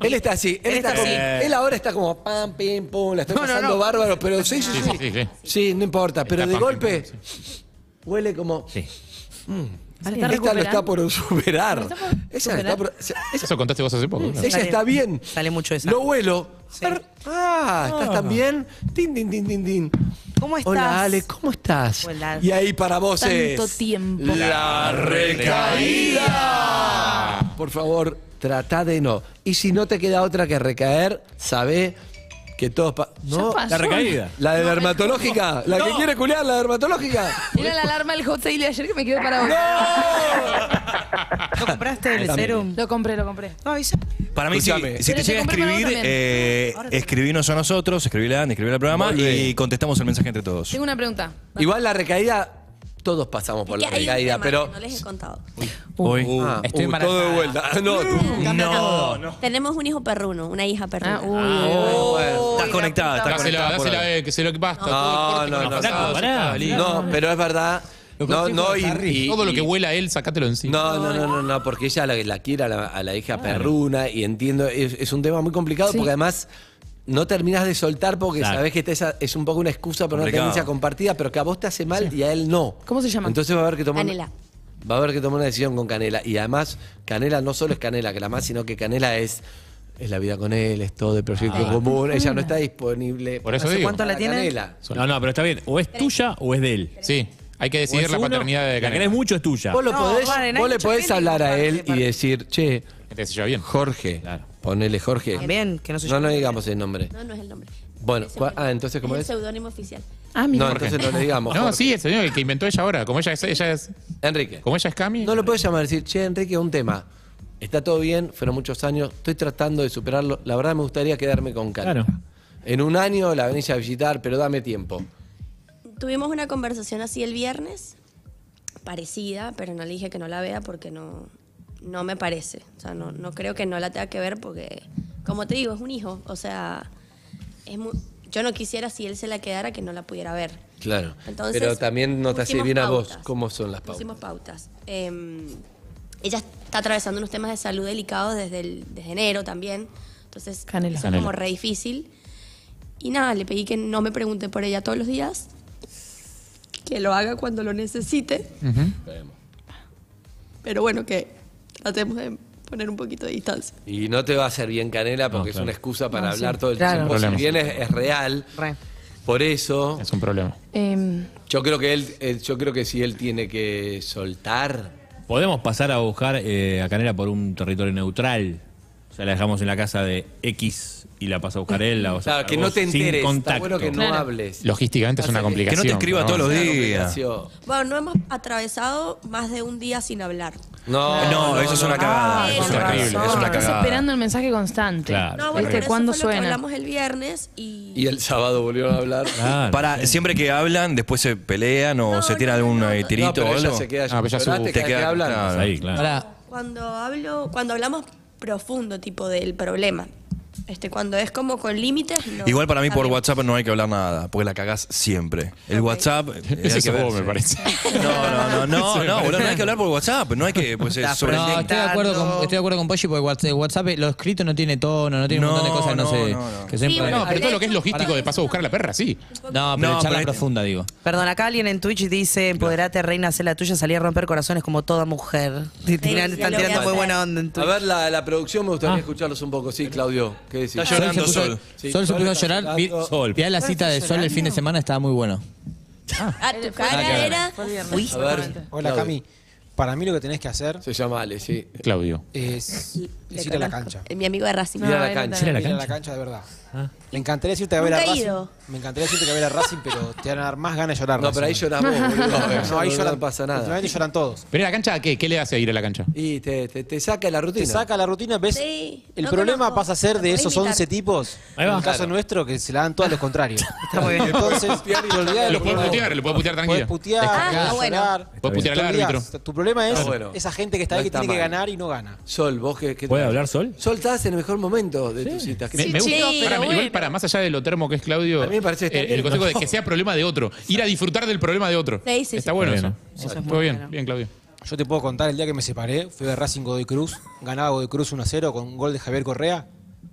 Speaker 5: él está así. Él, está
Speaker 4: está
Speaker 5: como-
Speaker 4: así.
Speaker 5: él ahora está como pam, pim, pum, la estoy
Speaker 4: No, no,
Speaker 5: pasando
Speaker 4: no.
Speaker 5: bárbaro, pero sí, sí,
Speaker 7: Sí,
Speaker 5: sí.
Speaker 7: sí, sí, sí.
Speaker 5: Sí, no importa, pero
Speaker 7: Está
Speaker 5: de
Speaker 7: pam, pim,
Speaker 5: golpe
Speaker 7: pum,
Speaker 5: huele como...
Speaker 3: Se está
Speaker 5: Esta lo está
Speaker 3: recuperando.
Speaker 5: por superar. Ella lo está por-
Speaker 7: Eso contaste vos hace poco. claro.
Speaker 5: ella
Speaker 4: Sale-
Speaker 5: está bien.
Speaker 4: sale mucho esa.
Speaker 5: Lo vuelo. Ah, ¿estás tan bien? Tin, tin, tin, tin, tin.
Speaker 4: ¿Cómo estás?
Speaker 5: Hola, Ale, ¿cómo estás?
Speaker 4: Hola.
Speaker 5: Y ahí para vos
Speaker 3: Tanto
Speaker 5: es...
Speaker 3: tiempo.
Speaker 5: La recaída. Por favor, tratá de no. Y si no te queda otra que recaer, sabé que todos... pa- no,
Speaker 3: pasó.
Speaker 6: La recaída.
Speaker 5: la de dermatológica. La que quiere culear, la dermatológica.
Speaker 3: Era la alarma del hot sale de ayer que me quedé parado.
Speaker 4: ¿No compraste el serum?
Speaker 3: Lo compré, lo compré.
Speaker 4: Ay, ya-
Speaker 10: Para mí, si,
Speaker 5: Escúchame.
Speaker 10: si
Speaker 3: Pero
Speaker 10: te
Speaker 3: te
Speaker 10: llega a
Speaker 3: compré para vos
Speaker 10: escribir,
Speaker 3: también.
Speaker 10: eh, escribinos a nosotros, escribile a Andy, escribile al programa
Speaker 5: Volvé.
Speaker 10: y contestamos el mensaje entre todos.
Speaker 3: Tengo una pregunta.
Speaker 5: Igual la recaída, todos pasamos por
Speaker 12: Que
Speaker 5: la
Speaker 12: hay un
Speaker 5: recaída,
Speaker 12: tema
Speaker 5: pero...
Speaker 12: que No les he contado.
Speaker 10: Hoy.
Speaker 5: Ah,
Speaker 7: Estoy
Speaker 5: uh, todo de vuelta. Ah, No, tú-
Speaker 10: no, no.
Speaker 12: Tenemos un hijo perruno, una hija perruna.
Speaker 3: Ah, uy.
Speaker 10: Estás conectada, estás
Speaker 7: Dásela,
Speaker 10: conectada. por
Speaker 7: dásela,
Speaker 10: ahí.
Speaker 7: eh, que se lo que basta.
Speaker 5: No,
Speaker 7: todo el corte
Speaker 5: no,
Speaker 7: con
Speaker 5: no,
Speaker 7: los pasados,
Speaker 6: pará,
Speaker 7: está lindo.
Speaker 5: No, pero es verdad. No, no, y, y-
Speaker 7: Todo lo que
Speaker 5: y-
Speaker 7: huela a él, sacátelo encima.
Speaker 5: No, no, no, no, no, porque ella la, la quiere a la, a la hija perruna y entiendo, es, es un tema muy complicado porque además no terminas de soltar porque
Speaker 6: Claro.
Speaker 5: sabés que te- esa- es un poco una excusa por una
Speaker 10: Complicado.
Speaker 5: tendencia compartida, pero que a vos te hace mal y a él no.
Speaker 3: ¿Cómo se llama?
Speaker 5: Entonces va a haber que tomar...
Speaker 12: Anela.
Speaker 5: va a haber que tomar una decisión con Canela. Y además, Canela no solo es Canela, que la más, sino que Canela es. Es la vida con él, es todo el proyecto
Speaker 6: Ah.
Speaker 5: común. Ella no está disponible.
Speaker 7: Por eso
Speaker 5: ¿Hace
Speaker 7: digo.
Speaker 5: cuánto la
Speaker 7: Para
Speaker 5: tiene?
Speaker 7: Canela.
Speaker 6: No, no, pero está bien. O es tuya o es de él.
Speaker 7: Sí, hay que
Speaker 6: O
Speaker 7: decidir
Speaker 6: es
Speaker 7: la
Speaker 6: uno,
Speaker 7: paternidad de
Speaker 6: La
Speaker 7: Canela.
Speaker 6: querés mucho, es tuya.
Speaker 5: Vos, lo
Speaker 4: No,
Speaker 5: podés,
Speaker 4: paren, hay
Speaker 5: vos le
Speaker 4: mucha
Speaker 5: podés
Speaker 4: gente
Speaker 5: hablar
Speaker 4: que
Speaker 5: a
Speaker 4: parte,
Speaker 5: él y
Speaker 4: parte.
Speaker 5: decir, che,
Speaker 7: Este se lleva bien.
Speaker 5: Jorge, ponele Jorge.
Speaker 4: También, que no se
Speaker 5: No, no
Speaker 4: llame.
Speaker 5: digamos el nombre.
Speaker 12: No, no es el nombre.
Speaker 5: Bueno,
Speaker 12: Es el
Speaker 5: ¿cuál- ah, entonces,
Speaker 12: Es
Speaker 5: ¿cómo
Speaker 12: el
Speaker 5: es?
Speaker 12: seudónimo oficial.
Speaker 3: Ah, mira.
Speaker 5: No, entonces no le digamos.
Speaker 7: No,
Speaker 5: Jorge.
Speaker 7: sí, el señor el que inventó ella ahora. Como ella es, ella es,
Speaker 5: Enrique.
Speaker 7: como ella es Cami.
Speaker 5: No lo puedes llamar y decir, che, Enrique, un tema. Está todo bien, fueron muchos años, estoy tratando de superarlo. La verdad me gustaría quedarme con Canela.
Speaker 6: Claro.
Speaker 5: En un año la venís a visitar, pero dame tiempo.
Speaker 12: Tuvimos una conversación así el viernes, parecida, pero no le dije que no la vea porque no, no me parece. O sea, no, no creo que no la tenga que ver porque, como te digo, es un hijo. O sea, es mu- yo no quisiera si él se la quedara que no la pudiera ver.
Speaker 5: Claro.
Speaker 12: Entonces,
Speaker 5: pero también no te hace
Speaker 12: pusimos
Speaker 5: bien a vos
Speaker 12: pautas.
Speaker 5: cómo son las pautas.
Speaker 12: Pusimos pautas. Eh, ella está atravesando unos temas de salud delicados desde, el, desde enero también. Entonces,
Speaker 3: Canela.
Speaker 12: eso
Speaker 7: Canela.
Speaker 12: es como re difícil. Y nada, le pedí que no me pregunte por ella todos los días. Que lo haga cuando lo necesite. Pero bueno, que tratemos de poner un poquito de distancia.
Speaker 5: Y no te va a hacer bien Canela Ah, porque
Speaker 6: No,
Speaker 5: es
Speaker 6: claro.
Speaker 5: una excusa para
Speaker 3: No,
Speaker 5: hablar
Speaker 3: sí.
Speaker 5: todo el
Speaker 4: Claro.
Speaker 5: tiempo. Si
Speaker 7: Problema.
Speaker 5: bien es, es real,
Speaker 4: Re.
Speaker 5: por eso
Speaker 7: Es un problema.
Speaker 3: Em,
Speaker 5: yo creo que él, él- yo creo que si él tiene que soltar,
Speaker 6: Podemos pasar a buscar eh, a Canela por un territorio neutral. O sea, la dejamos en la casa de X y la pasa a buscar él. La vas a
Speaker 5: claro,
Speaker 6: buscar
Speaker 5: que no
Speaker 6: vos
Speaker 5: te
Speaker 6: sin
Speaker 5: enteres, está
Speaker 6: contacto.
Speaker 5: bueno que no
Speaker 3: Claro.
Speaker 5: hables.
Speaker 7: Logísticamente es una
Speaker 10: Que
Speaker 7: complicación.
Speaker 10: no te escriba todos los
Speaker 5: Claro,
Speaker 10: días.
Speaker 5: obligación.
Speaker 12: Bueno, no hemos atravesado más de un día sin hablar.
Speaker 5: No,
Speaker 10: No, eso es una cagada.
Speaker 12: Ah,
Speaker 10: eso es una
Speaker 12: tenés
Speaker 10: cagada.
Speaker 7: razón.
Speaker 10: Es una
Speaker 3: estás
Speaker 10: cagada.
Speaker 3: esperando el mensaje constante.
Speaker 6: Claro.
Speaker 12: No, bueno,
Speaker 3: Este,
Speaker 12: pero eso
Speaker 3: ¿cuándo
Speaker 12: fue lo que
Speaker 3: suena?
Speaker 12: hablamos el viernes y...
Speaker 5: Y el sábado volvieron a hablar.
Speaker 6: Claro.
Speaker 10: Para, siempre que hablan, después se pelean o
Speaker 12: No,
Speaker 10: se tiran
Speaker 12: no,
Speaker 10: algún
Speaker 12: no,
Speaker 10: eh,
Speaker 12: no.
Speaker 10: tirito
Speaker 5: no, pero
Speaker 10: o
Speaker 5: ella
Speaker 10: algo.
Speaker 5: se queda
Speaker 7: Ah, pero ya
Speaker 5: llorando, te
Speaker 7: su-
Speaker 10: te
Speaker 5: queda,
Speaker 10: queda-
Speaker 5: que hablan.
Speaker 10: claro.
Speaker 6: Ahí, claro.
Speaker 8: Ahora,
Speaker 12: Cuando hablo, cuando hablamos profundo, tipo del problema. Este, cuando es como con límites, no.
Speaker 10: Igual para mí por
Speaker 12: También.
Speaker 10: WhatsApp no hay que hablar nada, porque la cagás siempre. El WhatsApp. eh, hay
Speaker 7: Eso
Speaker 10: que
Speaker 7: es
Speaker 10: ver,
Speaker 7: vos, me
Speaker 10: sí.
Speaker 7: parece.
Speaker 10: No, no, no, no, no, boludo, no hay que hablar por WhatsApp, no hay que pues, eh,
Speaker 4: Está
Speaker 10: sobre-
Speaker 8: no, estoy de acuerdo con, estoy de acuerdo con Poggi porque WhatsApp, WhatsApp, eh, lo escrito no tiene tono, no tiene un montón de
Speaker 10: No,
Speaker 8: cosas, no,
Speaker 10: no,
Speaker 8: sé.
Speaker 10: no, no.
Speaker 8: Que siempre-
Speaker 12: Sí,
Speaker 7: No,
Speaker 12: bueno,
Speaker 7: pero todo lo que es logístico de paso a buscar a la perra, sí.
Speaker 8: No, pero
Speaker 10: No,
Speaker 8: charla
Speaker 10: pero-
Speaker 8: profunda, digo.
Speaker 4: Perdón, acá alguien en Twitch dice, empoderate, reina, sé la tuya, salí a romper corazones como toda mujer. Te tiran-
Speaker 12: ya
Speaker 4: están
Speaker 12: lo voy
Speaker 4: tirando
Speaker 12: a
Speaker 4: muy
Speaker 12: hacer.
Speaker 4: buena onda en
Speaker 5: A
Speaker 4: Twitch.
Speaker 5: ver, la, la producción me gustaría escucharlos un poco. Sí, Claudio, ¿qué decís?
Speaker 10: Está
Speaker 8: se
Speaker 10: llorando
Speaker 8: puso-
Speaker 10: Sol.
Speaker 5: Sí,
Speaker 8: Sol se
Speaker 5: Sol
Speaker 8: puso a
Speaker 5: está
Speaker 8: llorar. Vi-
Speaker 5: llorando.
Speaker 6: Sol.
Speaker 8: Mirá la cita de Sol el fin de semana, estaba muy bueno.
Speaker 12: Ah, tu cara era.
Speaker 4: Uy,
Speaker 5: A ver.
Speaker 13: Hola,
Speaker 5: Claudio.
Speaker 13: Cami. Para mí lo que tenés que hacer
Speaker 5: Se llama Ale, sí.
Speaker 7: Claudio.
Speaker 13: es,
Speaker 12: Le
Speaker 13: es ir a la
Speaker 12: conozco.
Speaker 13: cancha.
Speaker 12: Mi amigo de Racing.
Speaker 5: Mira
Speaker 3: No,
Speaker 5: la
Speaker 3: él
Speaker 5: cancha.
Speaker 6: Era la
Speaker 13: Ir a la
Speaker 6: cancha.
Speaker 13: cancha de verdad.
Speaker 7: ¿Ah?
Speaker 13: Me encantaría decirte que a ver a
Speaker 12: Nunca he
Speaker 13: Racing.
Speaker 12: ido.
Speaker 13: Me encantaría decirte que a ver a Racing, pero te van a dar más ganas de llorar.
Speaker 5: No, pero ahí
Speaker 13: Racing.
Speaker 5: llorás vos, boludo.
Speaker 13: No, ahí lloran.
Speaker 5: no pasa nada.
Speaker 13: Últimamente lloran todos.
Speaker 7: ¿Pero la cancha qué? ¿Qué le hace ir a la cancha?
Speaker 5: Y te, te, te saca la rutina.
Speaker 13: Te saca la rutina, ves.
Speaker 12: Sí,
Speaker 13: el
Speaker 12: no
Speaker 13: problema
Speaker 12: conozco.
Speaker 13: pasa a ser
Speaker 12: La
Speaker 13: de
Speaker 12: podés
Speaker 13: esos
Speaker 12: imitar.
Speaker 13: 11 tipos,
Speaker 6: Ahí va.
Speaker 13: en el caso
Speaker 5: Claro.
Speaker 13: nuestro, que se la dan todos los contrarios. Está muy bien. Entonces, te olvidás del
Speaker 7: Lo puedes
Speaker 13: problema.
Speaker 7: putear, lo puedes
Speaker 13: Podés
Speaker 7: putear tranquilo.
Speaker 13: putear,
Speaker 12: Descargar.
Speaker 13: podés
Speaker 12: Ah, bueno.
Speaker 13: llorar.
Speaker 7: Podés putear
Speaker 13: Te
Speaker 7: al
Speaker 13: olvidás.
Speaker 7: árbitro.
Speaker 13: Tu problema es
Speaker 5: Está Ah, bueno.
Speaker 13: esa gente que está
Speaker 5: No
Speaker 13: ahí que
Speaker 5: está
Speaker 13: tiene que
Speaker 5: mal.
Speaker 13: ganar y no gana.
Speaker 5: Sol, vos que. que
Speaker 6: ¿Puede hablar Sol?
Speaker 5: Sol, estás en el mejor momento de tus citas.
Speaker 7: Me, me gusta.
Speaker 12: chicos,
Speaker 7: Pará,
Speaker 12: pero
Speaker 7: igual
Speaker 12: bueno.
Speaker 7: para más allá de lo termo que es Claudio,
Speaker 5: A mí me parece que está
Speaker 7: eh,
Speaker 5: bien,
Speaker 7: el consejo de
Speaker 5: ¿no?
Speaker 7: que sea problema de otro, ir a disfrutar del problema de otro.
Speaker 12: Sí, sí,
Speaker 7: Está
Speaker 12: sí.
Speaker 7: bueno
Speaker 6: Está
Speaker 7: eso. Todo bien, bien Claudio.
Speaker 13: Yo te puedo contar el día que me separé, fui a ver Racing Godoy Cruz, ganaba Godoy Cruz 1 0 con un gol de Javier Correa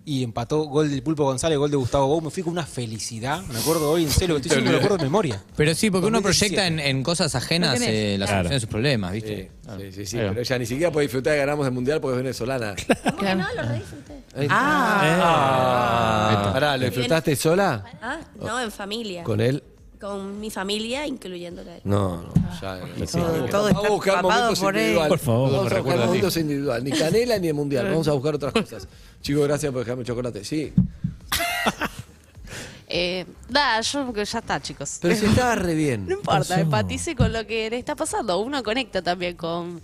Speaker 13: y empató gol del Pulpo González, gol de Gustavo Bou. Me fui con una felicidad, me acuerdo hoy en serio, lo que estoy diciendo, me lo acuerdo de memoria.
Speaker 8: Pero sí, porque uno
Speaker 13: 2017.
Speaker 8: proyecta en, en cosas ajenas
Speaker 3: No tenés.
Speaker 8: eh, la
Speaker 6: Claro.
Speaker 8: solución de sus problemas, ¿viste?
Speaker 5: Sí, sí, sí, sí, pero ella ni siquiera puede disfrutar de ganamos del mundial porque es venezolana.
Speaker 12: ¿Cómo que no? Lo re disfruté.
Speaker 5: Ah. Pará, ¿lo disfrutaste sola?
Speaker 12: Ah, no, en familia.
Speaker 5: ¿Con él?
Speaker 12: Con mi familia, incluyéndola. a él.
Speaker 5: No, no, ya.
Speaker 4: Todo- todo
Speaker 5: vamos a
Speaker 4: está
Speaker 5: buscar
Speaker 4: tapado
Speaker 5: momentos
Speaker 4: por él.
Speaker 5: individuales.
Speaker 6: Por favor.
Speaker 5: vamos a buscar
Speaker 7: Recuerda a ti.
Speaker 5: momentos individuales. Ni canela ni el mundial. Vamos a buscar otras cosas. Chico, gracias por dejarme chocolate. Sí.
Speaker 14: Eh, da, yo que ya está, chicos.
Speaker 5: Pero si estaba re bien.
Speaker 14: No importa, empatice con lo que le está pasando. Uno conecta también con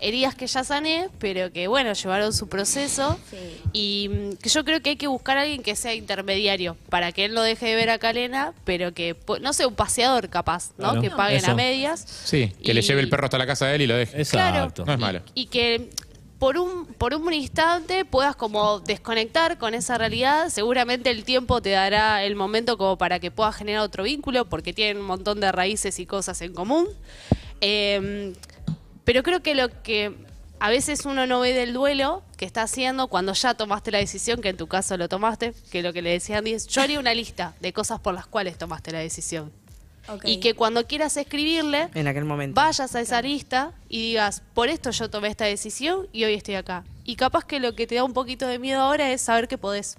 Speaker 14: heridas que ya sané, pero que bueno, llevaron su proceso.
Speaker 12: Sí.
Speaker 14: Y mm, que yo creo que hay que buscar a alguien que sea intermediario, para que él no deje de ver a Calena, pero que, po- no sé, un paseador capaz, ¿no?
Speaker 6: Claro,
Speaker 14: que paguen
Speaker 6: eso.
Speaker 14: a medias.
Speaker 7: Sí, que le
Speaker 14: Y-
Speaker 7: lleve el perro hasta la casa de él y lo deje.
Speaker 6: Exacto.
Speaker 7: No es malo.
Speaker 14: Y que por un, por un instante puedas como desconectar con esa realidad. Seguramente el tiempo te dará el momento como para que puedas generar otro vínculo, porque tienen un montón de raíces y cosas en común. Eh, pero creo que lo que a veces uno no ve del duelo que está haciendo cuando ya tomaste la decisión, que en tu caso lo tomaste, que lo que le decía Andy es, yo haría una lista de cosas por las cuales tomaste la decisión.
Speaker 12: Ok.
Speaker 14: Y que cuando quieras escribirle,
Speaker 4: en aquel momento.
Speaker 14: vayas a esa lista y digas, por esto yo tomé esta decisión y hoy estoy acá. Y capaz que lo que te da un poquito de miedo ahora es saber que podés.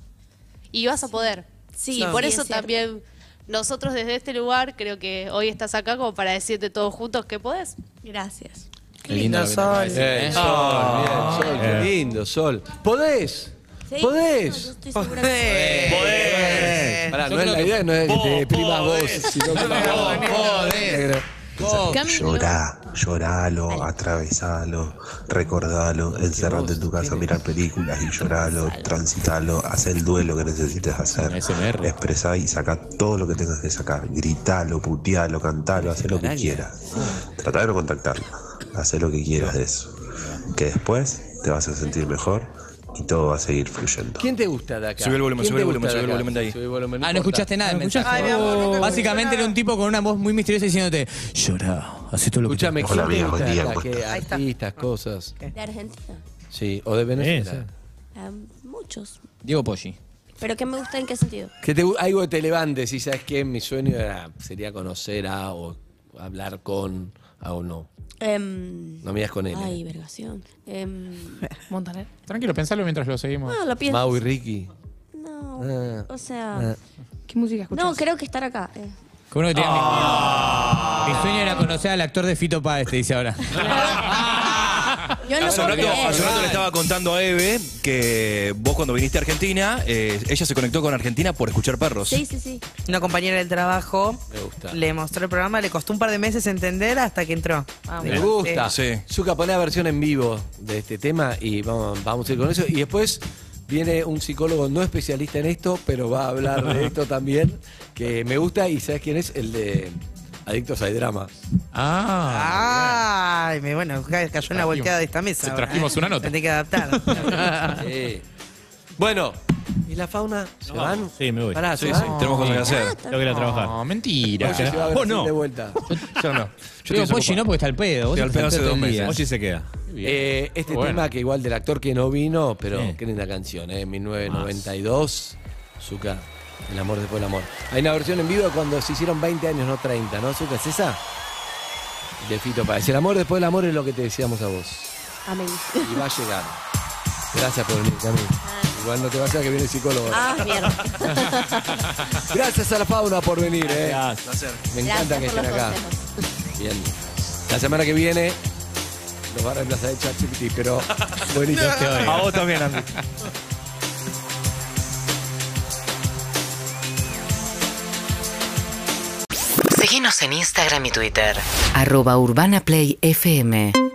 Speaker 14: Y vas a poder.
Speaker 12: Sí,
Speaker 14: y
Speaker 12: sí,
Speaker 14: por
Speaker 12: es
Speaker 14: eso
Speaker 12: cierto.
Speaker 14: también nosotros desde este lugar creo que hoy estás acá como para decirte todos juntos que podés.
Speaker 12: Gracias.
Speaker 5: Qué lindo sol.
Speaker 12: ¿eh?
Speaker 5: sol,
Speaker 12: Ah.
Speaker 5: bien, sol, qué
Speaker 12: Eh.
Speaker 5: lindo, sol. ¿Podés?
Speaker 12: Sí, no, yo
Speaker 5: ¿Podés?
Speaker 12: estoy segura
Speaker 5: ¿Podés? ¿Podés? Pará,
Speaker 15: Yo
Speaker 5: no es
Speaker 15: creo
Speaker 5: la
Speaker 15: que-
Speaker 5: idea, no es que te deprimas vos, sino que
Speaker 15: Podés.
Speaker 3: Cami-
Speaker 15: Llorá, lloralo, atravesalo, recordalo, encerrate en tu casa, a mirar películas y lloralo, transitalo, haz el duelo que necesites hacer, expresá y sacá todo lo que tengas que sacar, gritalo, putealo, cantalo, haz lo que quieras, tratá de no contactarlo, haz lo que quieras de eso, que después te vas a sentir mejor y todo va a seguir fluyendo.
Speaker 5: ¿Quién te gusta de acá?
Speaker 10: Sube el volumen,
Speaker 5: ¿Quién
Speaker 10: sube el
Speaker 5: te
Speaker 10: volumen,
Speaker 5: gusta
Speaker 10: sube el
Speaker 5: acá?
Speaker 10: volumen de ahí.
Speaker 5: Sube el volumen,
Speaker 10: Ah,
Speaker 8: Ah, no
Speaker 5: importa.
Speaker 8: escuchaste nada del
Speaker 5: No escuchaste.
Speaker 8: mensaje.
Speaker 5: Ay, mi amor, nunca escuché
Speaker 8: Básicamente era un tipo con una voz muy misteriosa diciéndote, llorá, hacé todo lo
Speaker 5: Escuchame,
Speaker 8: que
Speaker 5: ¿quién te gusta de acá? ¿Qué artistas, cosas?
Speaker 12: De Argentina.
Speaker 5: Sí, o de Venezuela.
Speaker 12: Ah, muchos.
Speaker 5: Diego Poggi.
Speaker 12: ¿Pero qué me gusta en qué sentido?
Speaker 5: Que te, algo que te levantes y sabes que mi sueño era, sería conocer a o hablar con a o no.
Speaker 12: Em,
Speaker 5: No me digas con él. eh.
Speaker 12: Ay, vergación. Em,
Speaker 3: Montaner.
Speaker 7: Tranquilo, pensalo mientras lo seguimos.
Speaker 12: No, Ah, lo pienso.
Speaker 5: Mau y Ricky.
Speaker 12: No, o
Speaker 5: Ah.
Speaker 12: sea...
Speaker 3: ¿Qué música escuchas?
Speaker 12: No, creo que estar acá. eh.
Speaker 8: Como uno que tenía mi, mi sueño era conocer al actor de Fito Páez, te dice ahora.
Speaker 12: Yo no
Speaker 10: Hace un
Speaker 12: puedo
Speaker 10: rato,
Speaker 12: creer.
Speaker 10: hace un rato le estaba contando a Eve que vos cuando viniste a Argentina, eh, ella se conectó con Argentina por escuchar perros.
Speaker 12: Sí, sí, sí.
Speaker 4: Una compañera del trabajo le mostró el programa, le costó un par de meses entender hasta que entró.
Speaker 12: Ah,
Speaker 4: Sí.
Speaker 5: Me gusta.
Speaker 4: Sí.
Speaker 5: Sí. Zuka, poné la versión en vivo de este tema y vamos, vamos a ir con eso. Y después viene un psicólogo no especialista en esto, pero va a hablar de esto también, que me gusta y ¿sabes quién es? El de Adictos al Drama.
Speaker 7: Ah.
Speaker 4: Ay, me, bueno, ca- cayó una volteada de esta mesa.
Speaker 5: Se
Speaker 4: ahora,
Speaker 5: trajimos
Speaker 4: ¿eh?
Speaker 5: una nota.
Speaker 4: Me Tenés que adaptar.
Speaker 5: Sí. Bueno, ¿y la fauna? ¿Se van?
Speaker 6: Sí, me voy.
Speaker 5: Pará,
Speaker 10: Sí,
Speaker 5: ¿se
Speaker 10: sí,
Speaker 5: van?
Speaker 10: tenemos cosas que hacer.
Speaker 6: Tengo que ir a trabajar.
Speaker 7: No, mentira.
Speaker 6: Oye, se va a
Speaker 5: ¿O
Speaker 6: Brasil
Speaker 5: no?
Speaker 6: de
Speaker 5: vuelta.
Speaker 10: Yo no.
Speaker 6: "Pues,
Speaker 8: Yo digo, Poggi no, porque está al pedo. Vos
Speaker 10: Estoy al
Speaker 8: estás
Speaker 10: pedo hace
Speaker 8: todo
Speaker 10: dos
Speaker 8: el
Speaker 10: meses.
Speaker 8: día.
Speaker 10: Poggi
Speaker 6: se queda.
Speaker 5: Eh, este
Speaker 10: Bueno.
Speaker 5: tema que igual del actor que no vino, pero
Speaker 6: Sí.
Speaker 5: qué linda canción, ¿eh? 1992, Zuka, El amor después del amor. Hay una versión en vivo de cuando se hicieron 20 años, no 30, ¿no, Zuka? ¿Es esa? De Fito Páez. El amor después del amor es lo que te decíamos a vos.
Speaker 12: Amén.
Speaker 5: Y va a llegar. Gracias por venir, Camil. Igual no te vayas que viene el psicólogo.
Speaker 12: Ah, mierda.
Speaker 5: Gracias a la fauna por venir, ¿eh?
Speaker 10: Placer.
Speaker 5: Me encanta que
Speaker 12: Gracias por
Speaker 5: estén
Speaker 12: los
Speaker 5: acá.
Speaker 12: consejos.
Speaker 5: Bien. La semana que viene nos va a reemplazar el ChatGPT, pero bonito.
Speaker 10: Te odio. A vos también, Andy.
Speaker 1: Seguinos en Instagram y Twitter.
Speaker 2: Arroba Urbana Play FM.